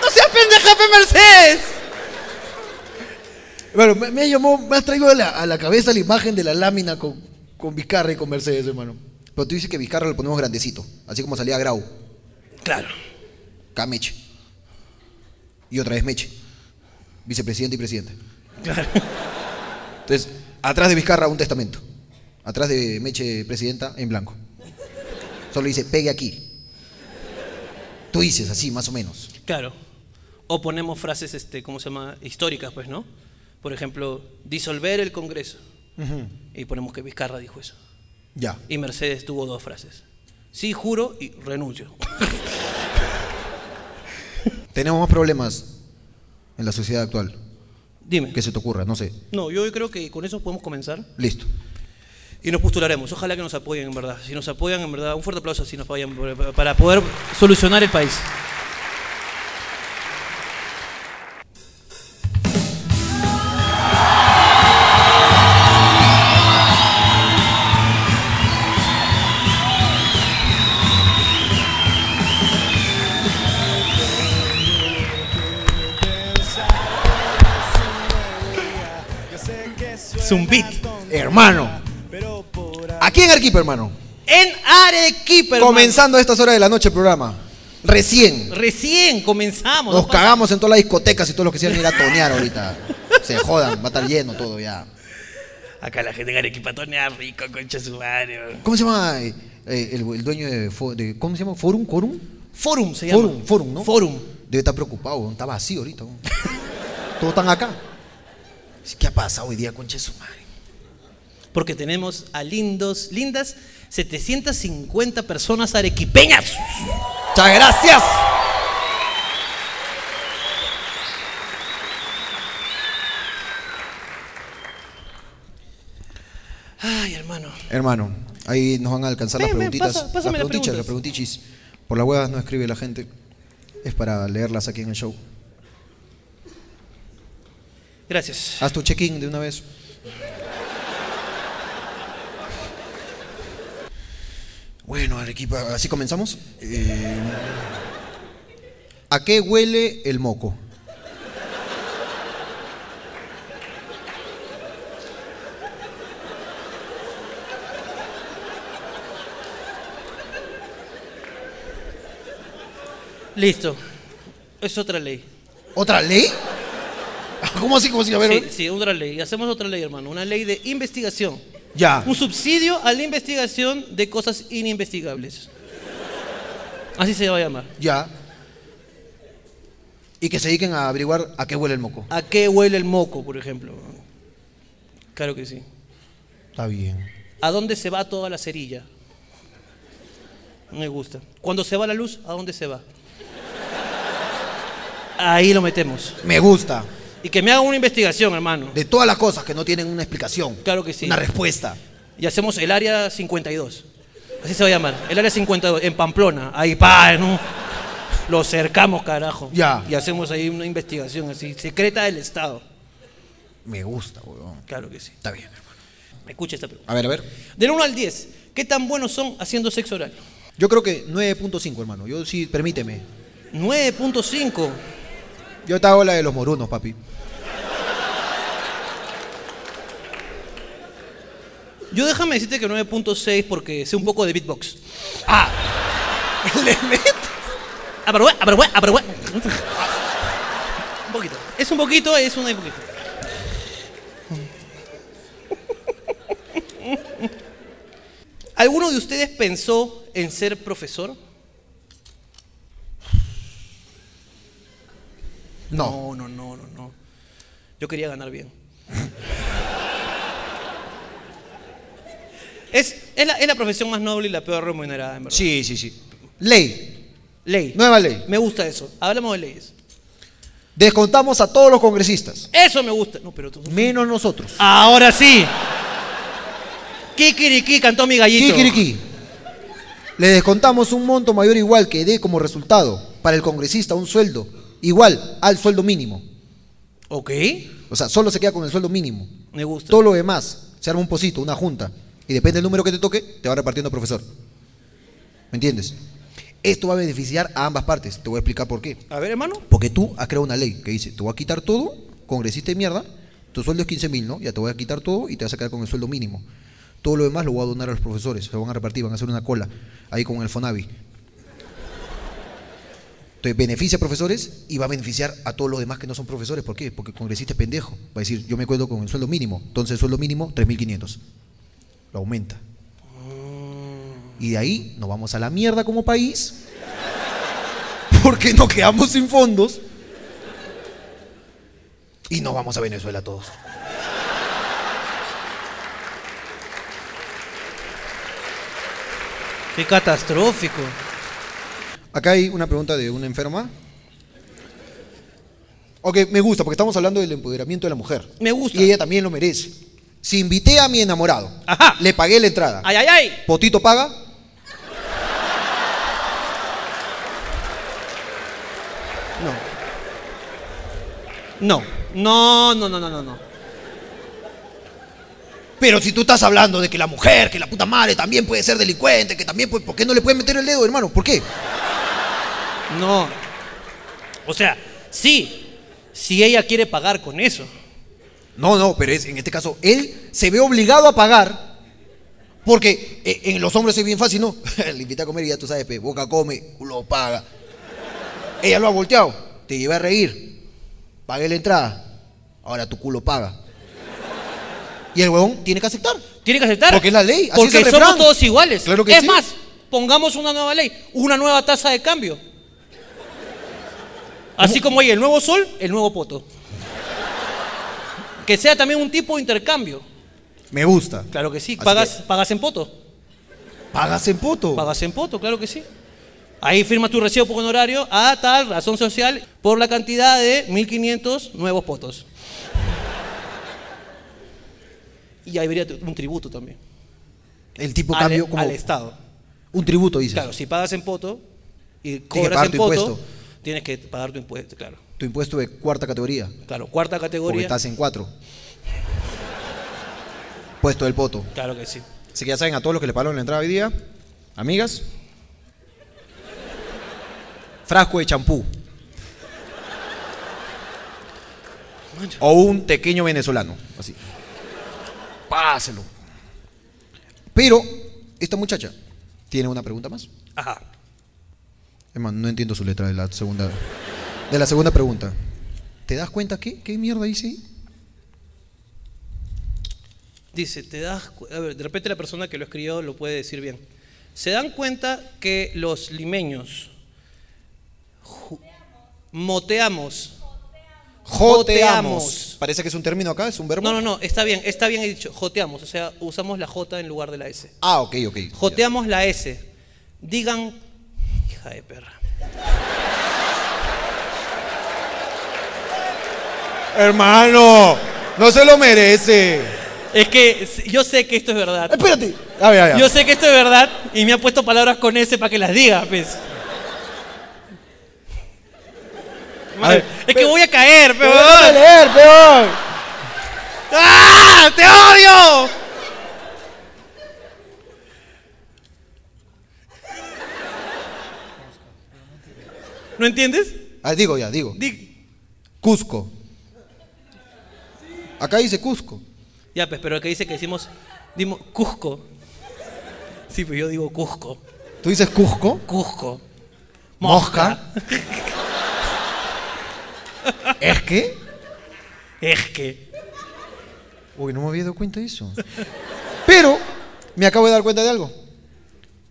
¡No seas pendeja, pe Mercedes! Bueno, me, me llamó, me has traído a la, a la cabeza la imagen de la lámina con, con Vizcarra y con Mercedes, hermano. Pero tú dices que Vizcarra lo ponemos grandecito, así como salía Grau, Claro. acá Meche. Y otra vez Meche. Vicepresidente y presidente. Claro. Entonces, atrás de Vizcarra un testamento. Atrás de Meche, presidenta, en blanco. Solo dice, pegue aquí. Tú dices así, más o menos. Claro. O ponemos frases, este, ¿cómo se llama? Históricas, pues, ¿no? Por ejemplo, disolver el Congreso. Y ponemos que Vizcarra dijo eso. Ya. Y Mercedes tuvo dos frases. Sí, juro y renuncio. Tenemos más problemas en la sociedad actual. Dime. ¿Qué se te ocurra? No sé. No, yo creo que con eso podemos comenzar Listo. y nos postularemos. Ojalá que nos apoyen, en verdad. Si nos apoyan, en verdad, un fuerte aplauso si nos apoyan por- para poder solucionar el país. Zumbit. Hermano. Aquí en Arequipa, hermano. En Arequipa, hermano. Comenzando a estas horas de la noche el programa. Recién. Recién comenzamos. Nos No pasa- cagamos en todas las discotecas y todos los que quieran ir a tonear ahorita. Se jodan, va a estar lleno todo ya. Acá la gente en Arequipa tonea rico, concha su madre. weón. ¿Cómo se llama eh, eh, el, el dueño de, Fo- de- ¿Cómo se llama? ¿Forum? ¿Corum? Forum se llama. Forum, Forum, ¿no? Forum. Debe estar preocupado, weón, está vacío ahorita. weón. Todos están acá. ¿Qué ha pasado hoy día, conche su madre? Porque tenemos a lindos, lindas 750 personas arequipeñas. ¡Muchas gracias! Ay, hermano. Hermano, ahí nos van a alcanzar Ven, las ven, preguntitas. pasa- pásame las las preguntichas, las preguntas. preguntichis. Por las huevas no escribe la gente. Es para leerlas aquí en el show. Gracias. Haz tu check-in de una vez. Bueno, Arequipa, así comenzamos. Eh, ¿A qué huele el moco? Listo. Es otra ley. ¿Otra ley? Ah, ¿Cómo así? ¿Cómo así? A ver, a Sí, ver. sí, otra ley. Hacemos otra ley, hermano. Una ley de investigación. Ya. Un subsidio a la investigación de cosas ininvestigables. Así se va a llamar. Ya. Y que se dediquen a averiguar a qué huele el moco. ¿A qué huele el moco, por ejemplo? Claro que sí. Está bien. ¿A dónde se va toda la cerilla? Me gusta. Cuando se va la luz, ¿a dónde se va? Ahí lo metemos. Me gusta. Y que me hagan una investigación, hermano. De todas las cosas que no tienen una explicación. Claro que sí. Una respuesta. Y hacemos el área 52. Así se va a llamar. El área 52, en Pamplona. Ahí, pa, ¿no? Lo cercamos, carajo. Ya. Y hacemos ahí una investigación así, secreta del Estado. Me gusta, huevón. Claro que sí. Está bien, hermano. Escucha esta pregunta. A ver, a ver. Del 1 al 10, ¿qué tan buenos son haciendo sexo oral? Yo creo que 9.5, hermano. Yo sí, permíteme. 9.5. Yo te hago la de los morunos, papi. Yo déjame decirte que 9.6 porque sé un poco de beatbox. Ah. Le meto. Abarbué, abarbué, abarbué. Un poquito. Es un poquito, es un poquito. ¿Alguno de ustedes pensó en ser profesor? No. no, no, no, no. Yo quería ganar bien. es, es, la, es la profesión más noble y la peor remunerada, en verdad. Sí, sí, sí. Ley. Ley. Nueva ley. Me gusta eso. Hablamos de leyes. Descontamos a todos los congresistas. Eso me gusta. No, pero tú- Menos nosotros. Ahora sí. Kikiriki cantó mi gallito. Kikiriki. Le descontamos un monto mayor o igual que dé como resultado para el congresista un sueldo igual al sueldo mínimo. Ok. O sea, solo se queda con el sueldo mínimo. Me gusta. Todo lo demás, se arma un pocito, una junta. Y depende del número que te toque, te va repartiendo profesor. ¿Me entiendes? Esto va a beneficiar a ambas partes. Te voy a explicar por qué. A ver, hermano. Porque tú has creado una ley que dice, te voy a quitar todo, congresista de mierda, tu sueldo es 15 mil, ¿no? Ya te voy a quitar todo y te vas a quedar con el sueldo mínimo. Todo lo demás lo voy a donar a los profesores, se lo van a repartir, van a hacer una cola ahí con el Fonavi. Entonces beneficia a profesores y va a beneficiar a todos los demás que no son profesores. ¿Por qué? Porque el congresista es pendejo. Va a decir, yo me acuerdo con el sueldo mínimo. Entonces el sueldo mínimo, 3.500. Lo aumenta. Y de ahí nos vamos a la mierda como país porque nos quedamos sin fondos y nos vamos a Venezuela todos. Qué catastrófico. Acá hay una pregunta de una enferma. Ok, me gusta, porque estamos hablando del empoderamiento de la mujer. Me gusta. Y ella también lo merece. Si invité a mi enamorado, Ajá. le pagué la entrada. Ay, ay, ay. ¿Potito paga? No. No, no, no, no, no, no. Pero si tú estás hablando de que la mujer, que la puta madre también puede ser delincuente, que también puede... ¿Por qué no le puedes meter el dedo, hermano? ¿Por qué? No. O sea, sí. Si ella quiere pagar con eso. No, no, pero es, en este caso, él se ve obligado a pagar. Porque eh, en los hombres es bien fácil, ¿no? Le invita a comer y ya tú sabes, pe, boca come, culo paga. Ella lo ha volteado, te lleva a reír. Pagué la entrada, ahora tu culo paga. Y el huevón tiene que aceptar. Tiene que aceptar. Porque es la ley, así Porque es el somos refrán. todos iguales. Claro que es sí. más, pongamos una nueva ley, una nueva tasa de cambio. Así como hay el nuevo sol, el nuevo poto. Que sea también un tipo de intercambio. Me gusta. Claro que sí. Así Pagas, pagas en poto. Pagas en puto. Pagas en poto, claro que sí. Ahí firmas tu recibo por honorario a tal razón social por la cantidad de 1.500 nuevos potos. Y ahí habría un tributo también. El tipo al- e- cambio como al Estado. un tributo, dices. Claro, si pagas en poto y pagar cobras en tu poto, impuesto. tienes que pagar tu impuesto, claro. Tu impuesto de cuarta categoría, Claro, cuarta porque categoría. estás en cuatro. Puesto del poto. Claro que sí. Así que ya saben, a todos los que le pagaron la entrada hoy día, amigas, frasco de champú. O un pequeño venezolano, así. Páselo. Pero esta muchacha tiene una pregunta más. Ajá. Es más, no entiendo su letra de la segunda, de la segunda pregunta. ¿Te das cuenta qué, qué mierda hice ahí? Dice, te das, cu- a ver, de repente la persona que lo escribió lo puede decir bien. Se dan cuenta que los limeños ju- moteamos. Joteamos. Parece que es un término acá, es un verbo. No, no, no, está bien, está bien dicho, joteamos, o sea, usamos la J en lugar de la S. Ah, ok, ok. Joteamos la S. Digan, hija de perra. Hermano, no se lo merece. Es que s- yo sé que esto es verdad. Espérate. A ver, a ver. Yo sé que esto es verdad y me ha puesto palabras con S para que las diga, pues. Madre, ver, es que voy a caer, Pero pero. déjame leer, peón. ¡Ah! ¡Te odio! ¿No entiendes? Ah, digo ya, digo. Di- Cusco. Acá dice Cusco. Ya, pues, pero el que dice que decimos. Dimos, Cusco. Sí, pues yo digo Cusco. ¿Tú dices Cusco? Cusco. Mosca. ¿Es que? Es que. Uy, no me había dado cuenta de eso. Pero me acabo de dar cuenta de algo.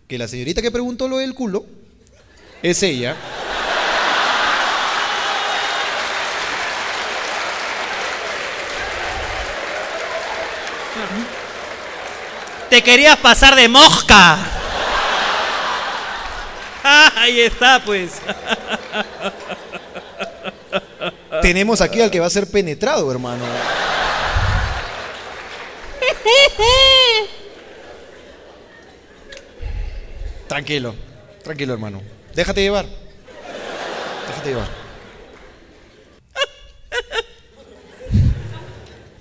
Que la señorita que preguntó lo del culo es ella. Te querías pasar de mosca. Ah, ahí está, pues. Tenemos aquí al que va a ser penetrado, hermano. Tranquilo, tranquilo, hermano. Déjate llevar. Déjate llevar.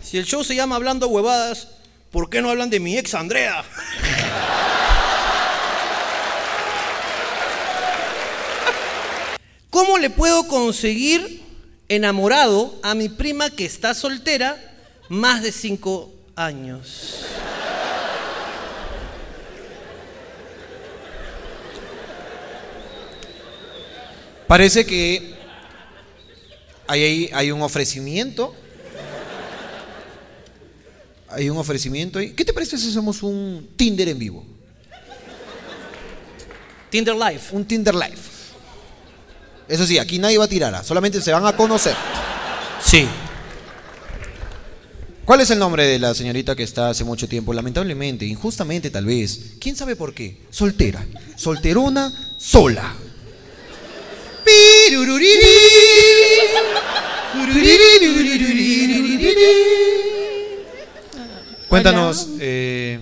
Si el show se llama Hablando Huevadas, ¿por qué no hablan de mi ex Andrea? ¿Cómo le puedo conseguir enamorado a mi prima que está soltera más de cinco años? Parece que hay, ahí- hay un ofrecimiento. Hay un ofrecimiento ahí. ¿Qué te parece si hacemos un Tinder en vivo? Tinder Life. Un Tinder Live. Eso sí, aquí nadie va a tirar, ah, solamente se van a conocer. Sí. ¿Cuál es el nombre de la señorita que está hace mucho tiempo? Lamentablemente, injustamente tal vez. ¿Quién sabe por qué? Soltera. Solterona, sola. Pirururiri. Pirururiri. Cuéntanos, eh,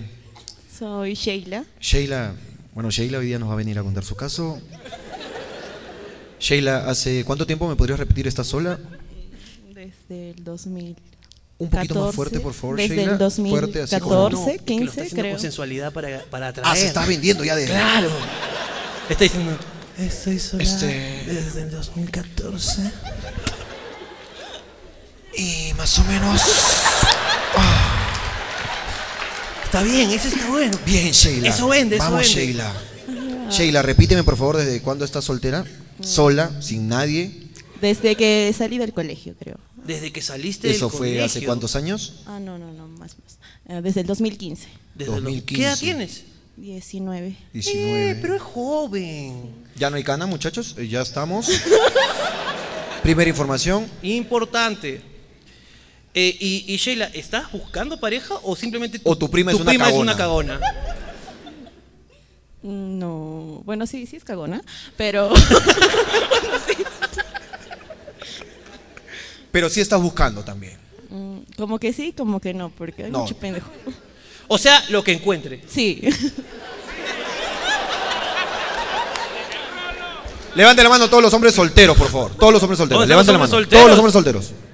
Soy Sheila. Sheila. Bueno, Sheila hoy día nos va a venir a contar su caso. Sheila, ¿hace cuánto tiempo me podrías repetir estás sola? Desde el 2000. Un poquito más fuerte, por favor, Desde Sheila. el Fuerte, 2014, así como- No, es que lo está 15, haciendo creo. con sensualidad para, para atraer. Ah, se está vendiendo ya de... Claro. Está diciendo, estoy sola Este- desde el 2014. Y más o menos... ah. Está bien, eso está bueno. Bien, Sheila. Eso vende, eso Vamos, vende. Sheila. Sheila, repíteme por favor desde cuándo estás soltera, Mm. sola, sin nadie. Desde que salí del colegio, creo. Desde que saliste del Eso fue hace colegio, cuántos años? Ah, no, no, no, más, más. Eh, Desde el 2015. desde los- 2015. ¿Qué edad tienes? 19. 19. Eh, pero es joven. Ya no hay cana, muchachos. eh, Ya estamos. Primera información. Importante. Eh, y, y Sheila, ¿estás buscando pareja o simplemente O tu prima es una cagona. cagona? Mm, No. Bueno, sí, sí es cagona, pero. Pero sí estás buscando también. Mm, como que sí, como que no, porque hay No. mucho pendejo. O sea, lo que encuentre. Sí. Levante la mano todos los hombres solteros, por favor. Todos los hombres solteros. Todos los Levante la mano. hombres Todos los hombres solteros. solteros.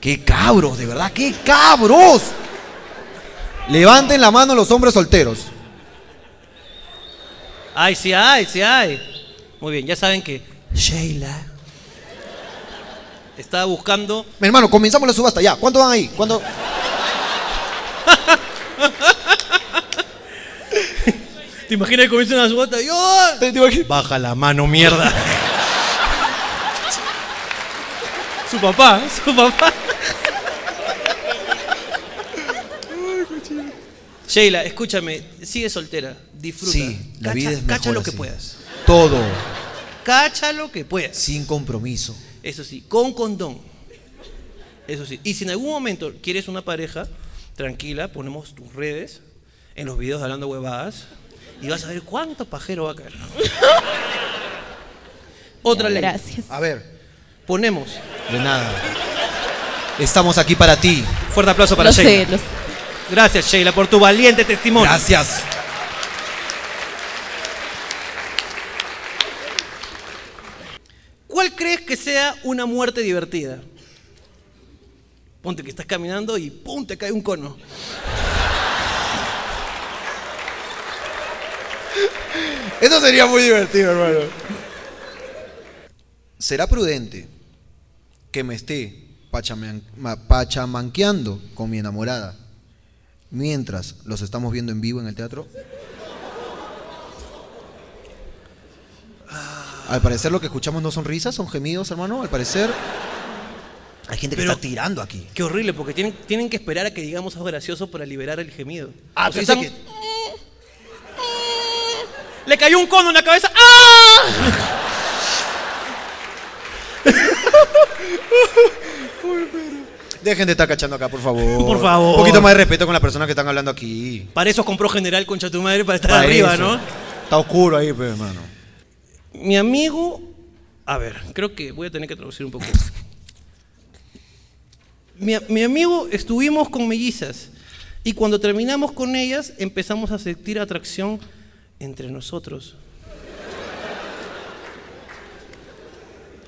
¡Qué cabros, de verdad! ¡Qué cabros! Levanten la mano los hombres solteros. Ay, sí hay, sí hay. Muy bien, ya saben que Sheila estaba buscando Mi hermano, comenzamos la subasta ya. ¿Cuánto van ahí? ¿Cuánto? ¿Te imaginas que comienza una subasta? ¡Yo! ¿Te, te imaginas? Baja la mano, mierda. su papá, su papá. Sheila, escúchame, sigue soltera, disfruta. Sí, la Cacha- vida es mejor Cacha lo que así. puedas. Todo, Cacha lo que puedas. sin compromiso. Eso sí, con condón. Eso sí. Y si en algún momento quieres una pareja, tranquila, ponemos tus redes en los videos hablando huevadas y vas a ver cuánto pajero va a caer. Otra ley. Gracias. A ver, Ponemos. de nada. Estamos aquí para ti. Fuerte aplauso para Lo sé, Sheila. lo sé. Gracias, Sheila, por tu valiente testimonio. Gracias. ¿Cuál crees que sea una muerte divertida? Ponte que estás caminando y ¡pum! te cae un cono. Eso sería muy divertido, hermano. ¿Será prudente que me esté pachaman- ma- pachamanqueando con mi enamorada mientras los estamos viendo en vivo en el teatro? Al parecer lo que escuchamos no son risas, son gemidos, hermano. Al parecer hay gente que Pero- está tirando aquí. Qué horrible, porque tienen, tienen que esperar a que digamos algo gracioso para liberar el gemido. Ah, O sea, pensé están- Le cayó un cono en la cabeza. ¡Ah! Dejen de estar cachando acá, por favor. Por favor. Un poquito más de respeto con las personas que están hablando aquí. Para eso compró general concha tu madre para estar Para arriba, eso. ¿no? Está oscuro ahí, pero, hermano. Mi amigo. A ver, creo que voy a tener que traducir un poco. mi, a- mi amigo estuvimos con mellizas y cuando terminamos con ellas empezamos a sentir atracción entre nosotros.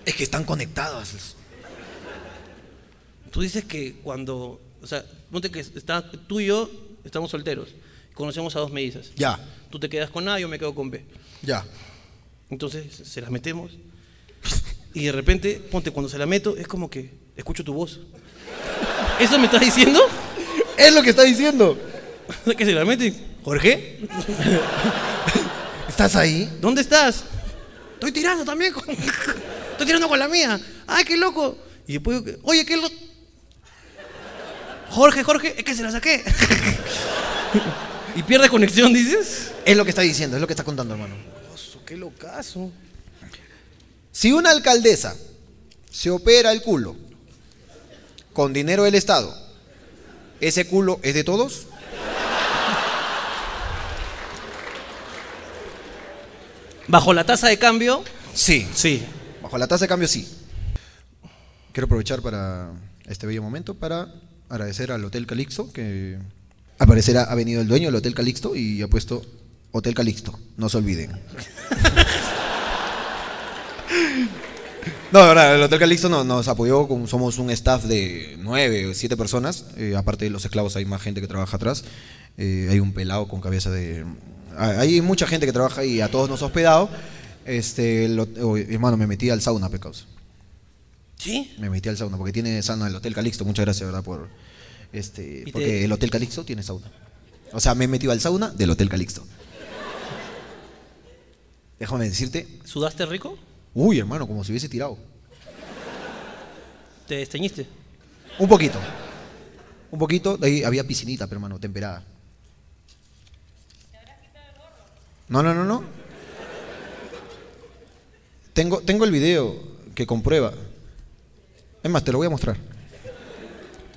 Es que están conectadas. Tú dices que cuando, o sea, ponte que está, tú y yo estamos solteros, conocemos a dos mellizas. Ya, Tú te quedas con A, yo me quedo con B. ya. Entonces se las metemos y de repente, ponte, cuando se la meto es como que escucho tu voz. ¿Eso me estás diciendo? Es lo que está diciendo. que se la mete. Jorge, ¿Estás ahí? ¿dónde estás? Estoy tirando también con... Estoy tirando con la mía. ¡Ay, qué loco! Y después, yo que, oye, qué loco... Jorge, Jorge, es que se la saqué. y pierde conexión, dices. Es lo que está diciendo, es lo que está contando, hermano. Oso, qué locazo. Si una alcaldesa se opera el culo con dinero del Estado, ¿ese culo es de todos? Bajo la tasa de cambio. Sí. Sí. Bajo la tasa de cambio, sí. Quiero aprovechar para este bello momento para agradecer al Hotel Calixto, que aparecerá, ha venido el dueño del Hotel Calixto y ha puesto Hotel Calixto, no se olviden. No, de verdad, el Hotel Calixto no- nos apoyó, como somos un staff de nueve o siete personas, eh, aparte de los esclavos hay más gente que trabaja atrás, Eh, hay un pelado con cabeza de... ah, Hay mucha gente que trabaja y a todos nos ha hospedado. Este, el hot- oh, hermano, me metí al sauna, pecados. ¿Sí? Me metí al sauna, porque tiene sauna el Hotel Calixto, muchas gracias, ¿verdad? Por, este, te- porque el Hotel Calixto tiene sauna. O sea, me he metido al sauna del Hotel Calixto. Déjame decirte, ¿Sudaste rico? uy, hermano, como si hubiese tirado. ¿Te desteñiste? Un poquito. Un poquito, de ahí había piscinita, pero hermano, temperada. No, no, no, no. Tengo, tengo el video que comprueba. Es más, te lo voy a mostrar.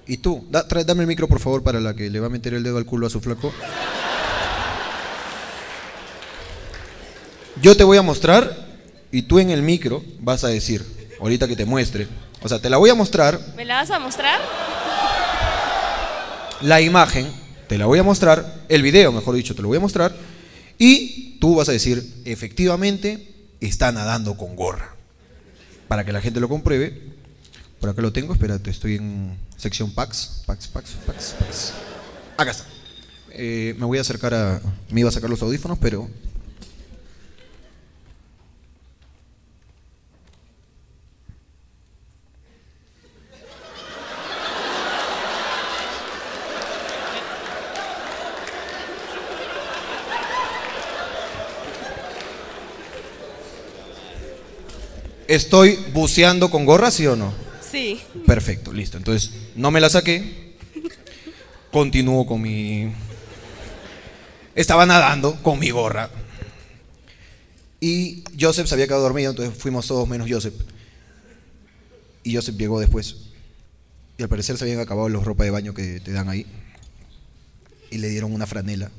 Y tú, da- trae- dame el micro por favor para la que le va a meter el dedo al culo a su flaco. Yo te voy a mostrar y tú en el micro vas a decir, ahorita que te muestre. O sea, te la voy a mostrar, ¿Me la vas a mostrar? la imagen, te la voy a mostrar, el video, mejor dicho, te lo voy a mostrar, y tú vas a decir, efectivamente, está nadando con gorra. Para que la gente lo compruebe. Por acá lo tengo, espérate, estoy en sección packs, packs, packs, packs, packs. Acá está. Eh, me voy a acercar a... Me iba a sacar los audífonos, pero... ¿Estoy buceando con gorra, sí o no? Sí. Perfecto, listo. Entonces, no me la saqué. Continúo con mi. Estaba nadando con mi gorra. Y Joseph se había quedado dormido, entonces fuimos todos menos Joseph. Y Joseph llegó después. Y al parecer se habían acabado los ropa de baño que te dan ahí. Y le dieron una franela.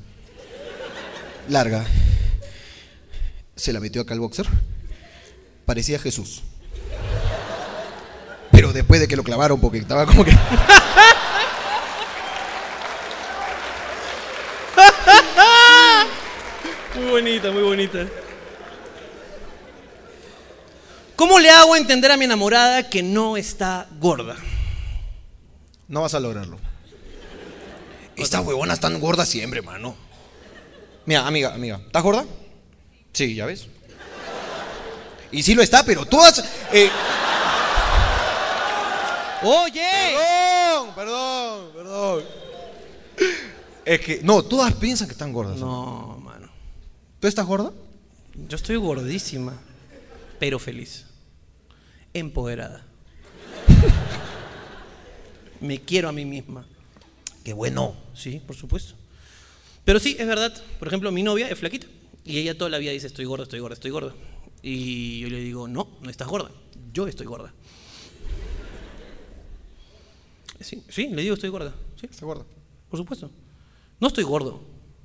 Larga. Se la metió acá al boxer. Parecía Jesús. Pero después de que lo clavaron, porque estaba como que. Muy bonita, muy bonita. ¿Cómo le hago entender a mi enamorada que no está gorda? No vas a lograrlo. Estas huevonas están gordas siempre, mano. Mira, amiga, amiga, ¿estás gorda? Sí, ya ves. Y sí lo está, pero todas. eh, Oye, Perdón, perdón, perdón. Es que, no, todas piensan que están gordas. no, mano. ¿Tú estás gorda? Yo estoy gordísima, pero feliz. Empoderada. Me quiero a mí misma. Qué bueno. Sí, por supuesto. Pero sí, es verdad. Por ejemplo, mi novia es flaquita. Y ella toda la vida dice, estoy gorda, estoy gorda, estoy gorda. Y yo le digo, no, no estás gorda. Yo estoy gorda. Sí, sí, le digo, estoy gorda. Sí, ¿Estás gorda? por supuesto. No estoy gordo.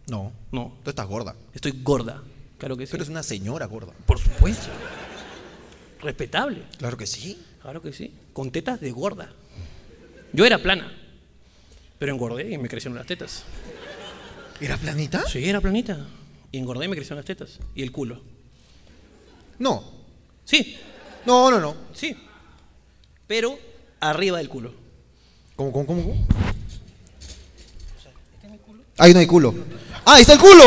No. No, Tú estás gorda. estoy gorda. Claro que sí. Tú eres una señora gorda. Por supuesto. Respetable. Claro que sí. Claro que sí. Con tetas de gorda. Yo era plana. Pero engordé y me crecieron las tetas. ¿Eras planita? Sí, era planita. Y engordé y me crecieron las tetas. Y el culo. No. Sí, No, no, no. sí. Pero arriba del culo. ¿Cómo, cómo, cómo? cómo? Ahí no hay culo. ¡Ah, ahí está el culo!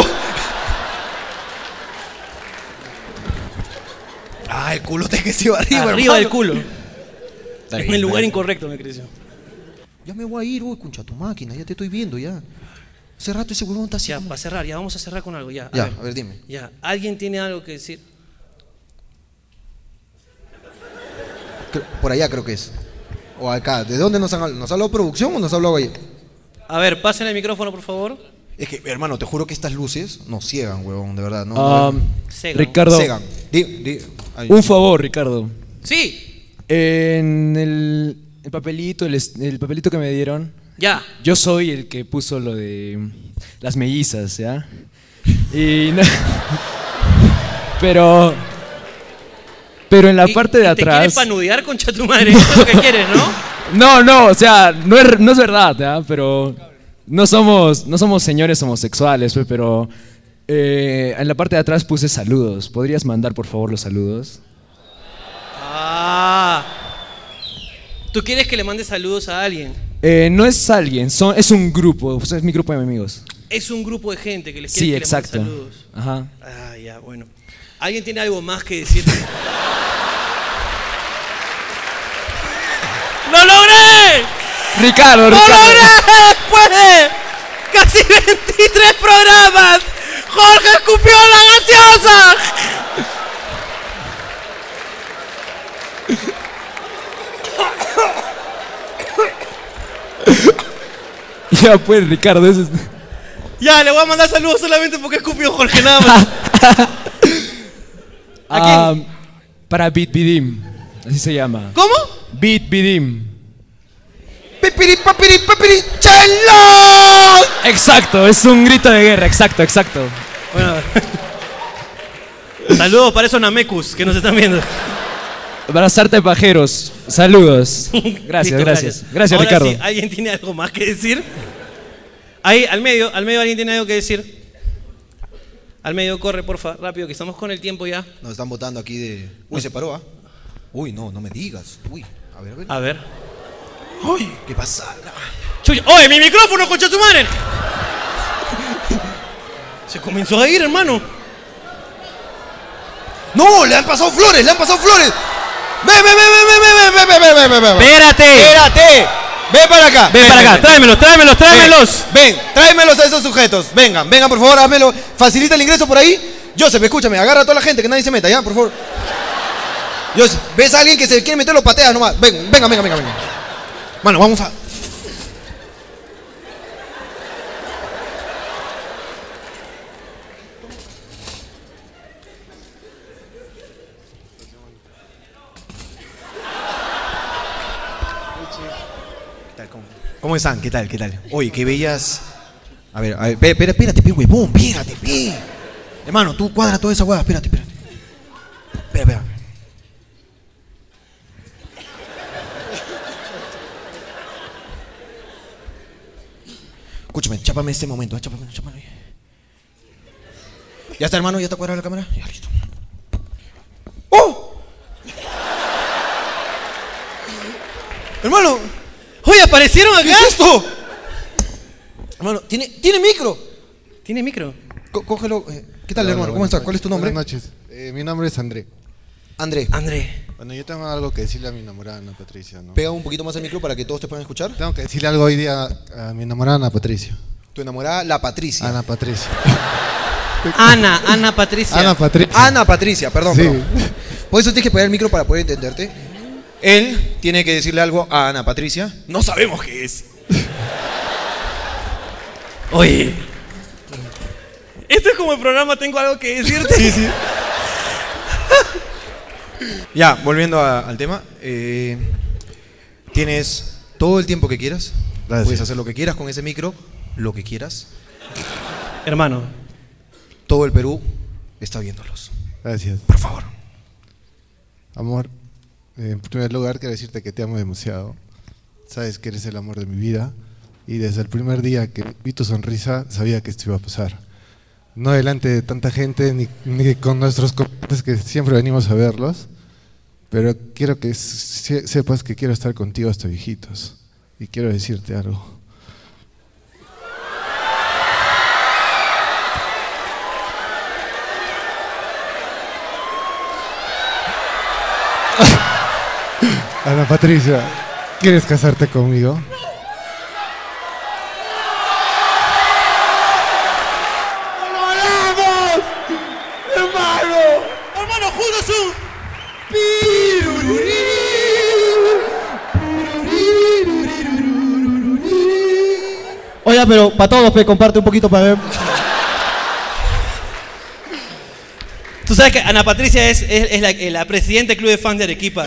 Ah, el culo te creció arriba, arriba del hermano. culo. Está En bien, el está lugar bien. incorrecto me creció. Ya me voy a ir, uy, concha tu máquina, ya te estoy viendo, ya. Hace rato ese huevón está así. Ya, como- para cerrar, ya vamos a cerrar con algo. Ya, Ya, a ver, dime. Ya, ¿alguien tiene algo que decir? Cre- Por allá creo que es. O acá. ¿De dónde nos han hablado? ¿Nos ha hablado producción o nos ha hablado allá? A ver, pasen el micrófono, por favor. Es que, hermano, te juro que estas luces nos ciegan, huevón, de verdad. No, Ah, Sega. Ricardo, ciegan. Di- di- ay. un favor, Ricardo. Sí, En el, el papelito, el, es- el papelito que me dieron, ya. yo soy el que puso lo de las mellizas, ¿ya? Y no- pero pero en la Y- parte de y Te quieres atrás panudear, concha tu madre. Eso es lo que quieres, ¿no? No, no, o sea, no es, no es verdad, ¿ah? pero no somos, no somos señores homosexuales, pues, pero eh, en la parte de atrás puse saludos. ¿Podrías mandar, por favor, los saludos? Ah. ¿Tú quieres que le mande saludos a alguien? Eh, no es alguien, son, es un grupo, o sea, es mi grupo de amigos. Es un grupo de gente que les quiere Sí, que exacto. le mande saludos. Ajá. Ah, ya, bueno. ¿Alguien tiene algo más que decir? ¡Lo logré! Ricardo, ¡Lo Ricardo. logré después de casi 23 programas! ¡Jorge escupió la gaseosa! Ya pues, Ricardo, eso es- Ya, le voy a mandar saludos solamente porque escupió Jorge nada más. ¿A quién? Ah, para Bit Bidim, así se llama. ¿Cómo? Bit Bidim. Pipiri, papiri, papiri, chalón. Exacto, es un grito de guerra, exacto, exacto. Bueno. Saludos para esos namecus que nos están viendo. Abrazarte pajeros. Saludos. Gracias, Listo, gracias. Gracias, Ahora Ricardo. sí, ¿Alguien tiene algo más que decir? Ahí, al medio, al medio alguien tiene algo que decir. Al medio, corre, porfa, rápido, que estamos con el tiempo ya. Nos están votando aquí de. Uy, se paró, ¿ah? Uy, no, no me digas. Uy, a ver, a ver. A ver. Uy, ¿qué pasa? Chucha. ¡Oye, mi micrófono, concha tu madre! Se comenzó a ir, hermano. No, le han pasado flores, le han pasado flores. Ve, ve, ve, ve, ve, ve, ve, ve, ve, ve, ve, ve, ve. ¡Espérate! Espérate. Ve para acá. Ven para acá, tráemelos, tráemelos, tráemelos. Ven, tráemelos a esos sujetos. Vengan, vengan, por favor, házmelo. Facilita el ingreso por ahí. Joseph, escúchame, agarra a toda la gente, que nadie se meta, ya, por favor. Yo, ¿Ves a alguien que se quiere meter los pateas nomás? Ven, venga, venga, venga, venga. Mano, vamos a. ¿Cómo están? ¿Qué tal? ¿Qué tal? Oye, qué bellas. A ver, a ver, pe- pero espérate, pe, huevón, espérate, pe. Hermano, tú cuadra toda esa hueá, espérate, espérate. Espera, espera. Escúchame, chápame este momento, ah, chápame, chápame. ¿Ya está, hermano? ¿Ya está cuadrada la cámara? Ya, listo. ¡Oh! hermano, ¡Oye, aparecieron acá! ¿qué es esto? Hermano, tiene, tiene micro. ¿Tiene micro? Co- cógelo. eh, ¿Qué tal, Hola, hermano? hola, ¿Cómo buenas estás? ¿Cuál es tu nombre? Buenas noches. Eh, mi nombre es André. André. André. Bueno, yo tengo algo que decirle a mi enamorada Ana Patricia, ¿no? Pega un poquito más el micro para que todos te puedan escuchar. Tengo que decirle algo hoy día a, a mi enamorada Ana Patricia. Tu enamorada, la Patricia. Ana Patricia. Ana, Ana Patricia. Ana Patricia. Ana Patricia, perdón, Sí. perdón. Por eso tienes que pegar el micro para poder entenderte. Él tiene que decirle algo a Ana Patricia. No sabemos qué es. Oye. Esto es como el programa Tengo algo que decirte. Sí, sí. Ya, volviendo a- al tema. eh, tienes todo el tiempo que quieras. Gracias. Puedes hacer lo que quieras con ese micro, lo que quieras. Hermano, Todo el Perú está viéndolos. Gracias. Por favor. Amor, eh, en primer lugar quiero decirte que te amo demasiado. Sabes que eres el amor de mi vida y desde el primer día que vi tu sonrisa sabía que esto iba a pasar. No delante de tanta gente ni, ni con nuestros compadres que siempre venimos a verlos, pero quiero que se- sepas que quiero estar contigo hasta viejitos y quiero decirte algo. Ana Patricia, ¿quieres casarte conmigo? Oiga, pero para todos, pe, comparte un poquito para ver. tú sabes que Ana Patricia es, es- es la, eh, la presidenta del club de fans de Arequipa.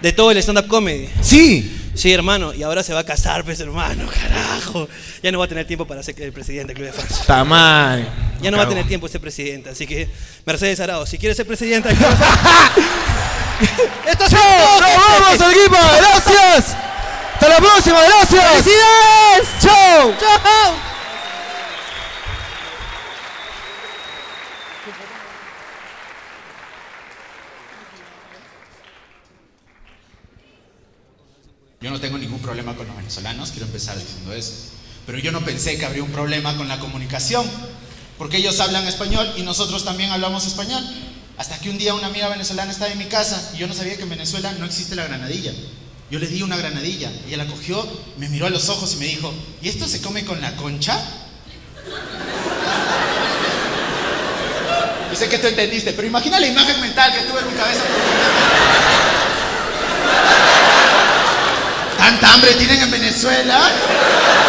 De todo el stand-up comedy. Sí. Sí, hermano. Y ahora se va a casar, pues, hermano. Carajo. Ya no va a tener tiempo para ser el presidente del club de fans. Tamar. Ya no va a tener tiempo este presidente. Así que, Mercedes Arao, si quieres ser presidenta del club de fans... ¡Esto es todo! ¡Vamos, equipo! ¡Gracias! ¡Hasta la próxima! ¡Gracias! ¡Felicidades! ¡Chao! ¡Chao! Yo no tengo ningún problema con los venezolanos, quiero empezar diciendo eso. Pero yo no pensé que habría un problema con la comunicación, porque ellos hablan español y nosotros también hablamos español. Hasta que un día una amiga venezolana estaba en mi casa y yo no sabía que en Venezuela no existe la granadilla. Yo le di una granadilla, ella la cogió, me miró a los ojos y me dijo, ¿y esto se come con la concha? Yo sé que tú entendiste, pero imagina la imagen mental que tuve en mi cabeza. ¿Tanta hambre tienen en Venezuela?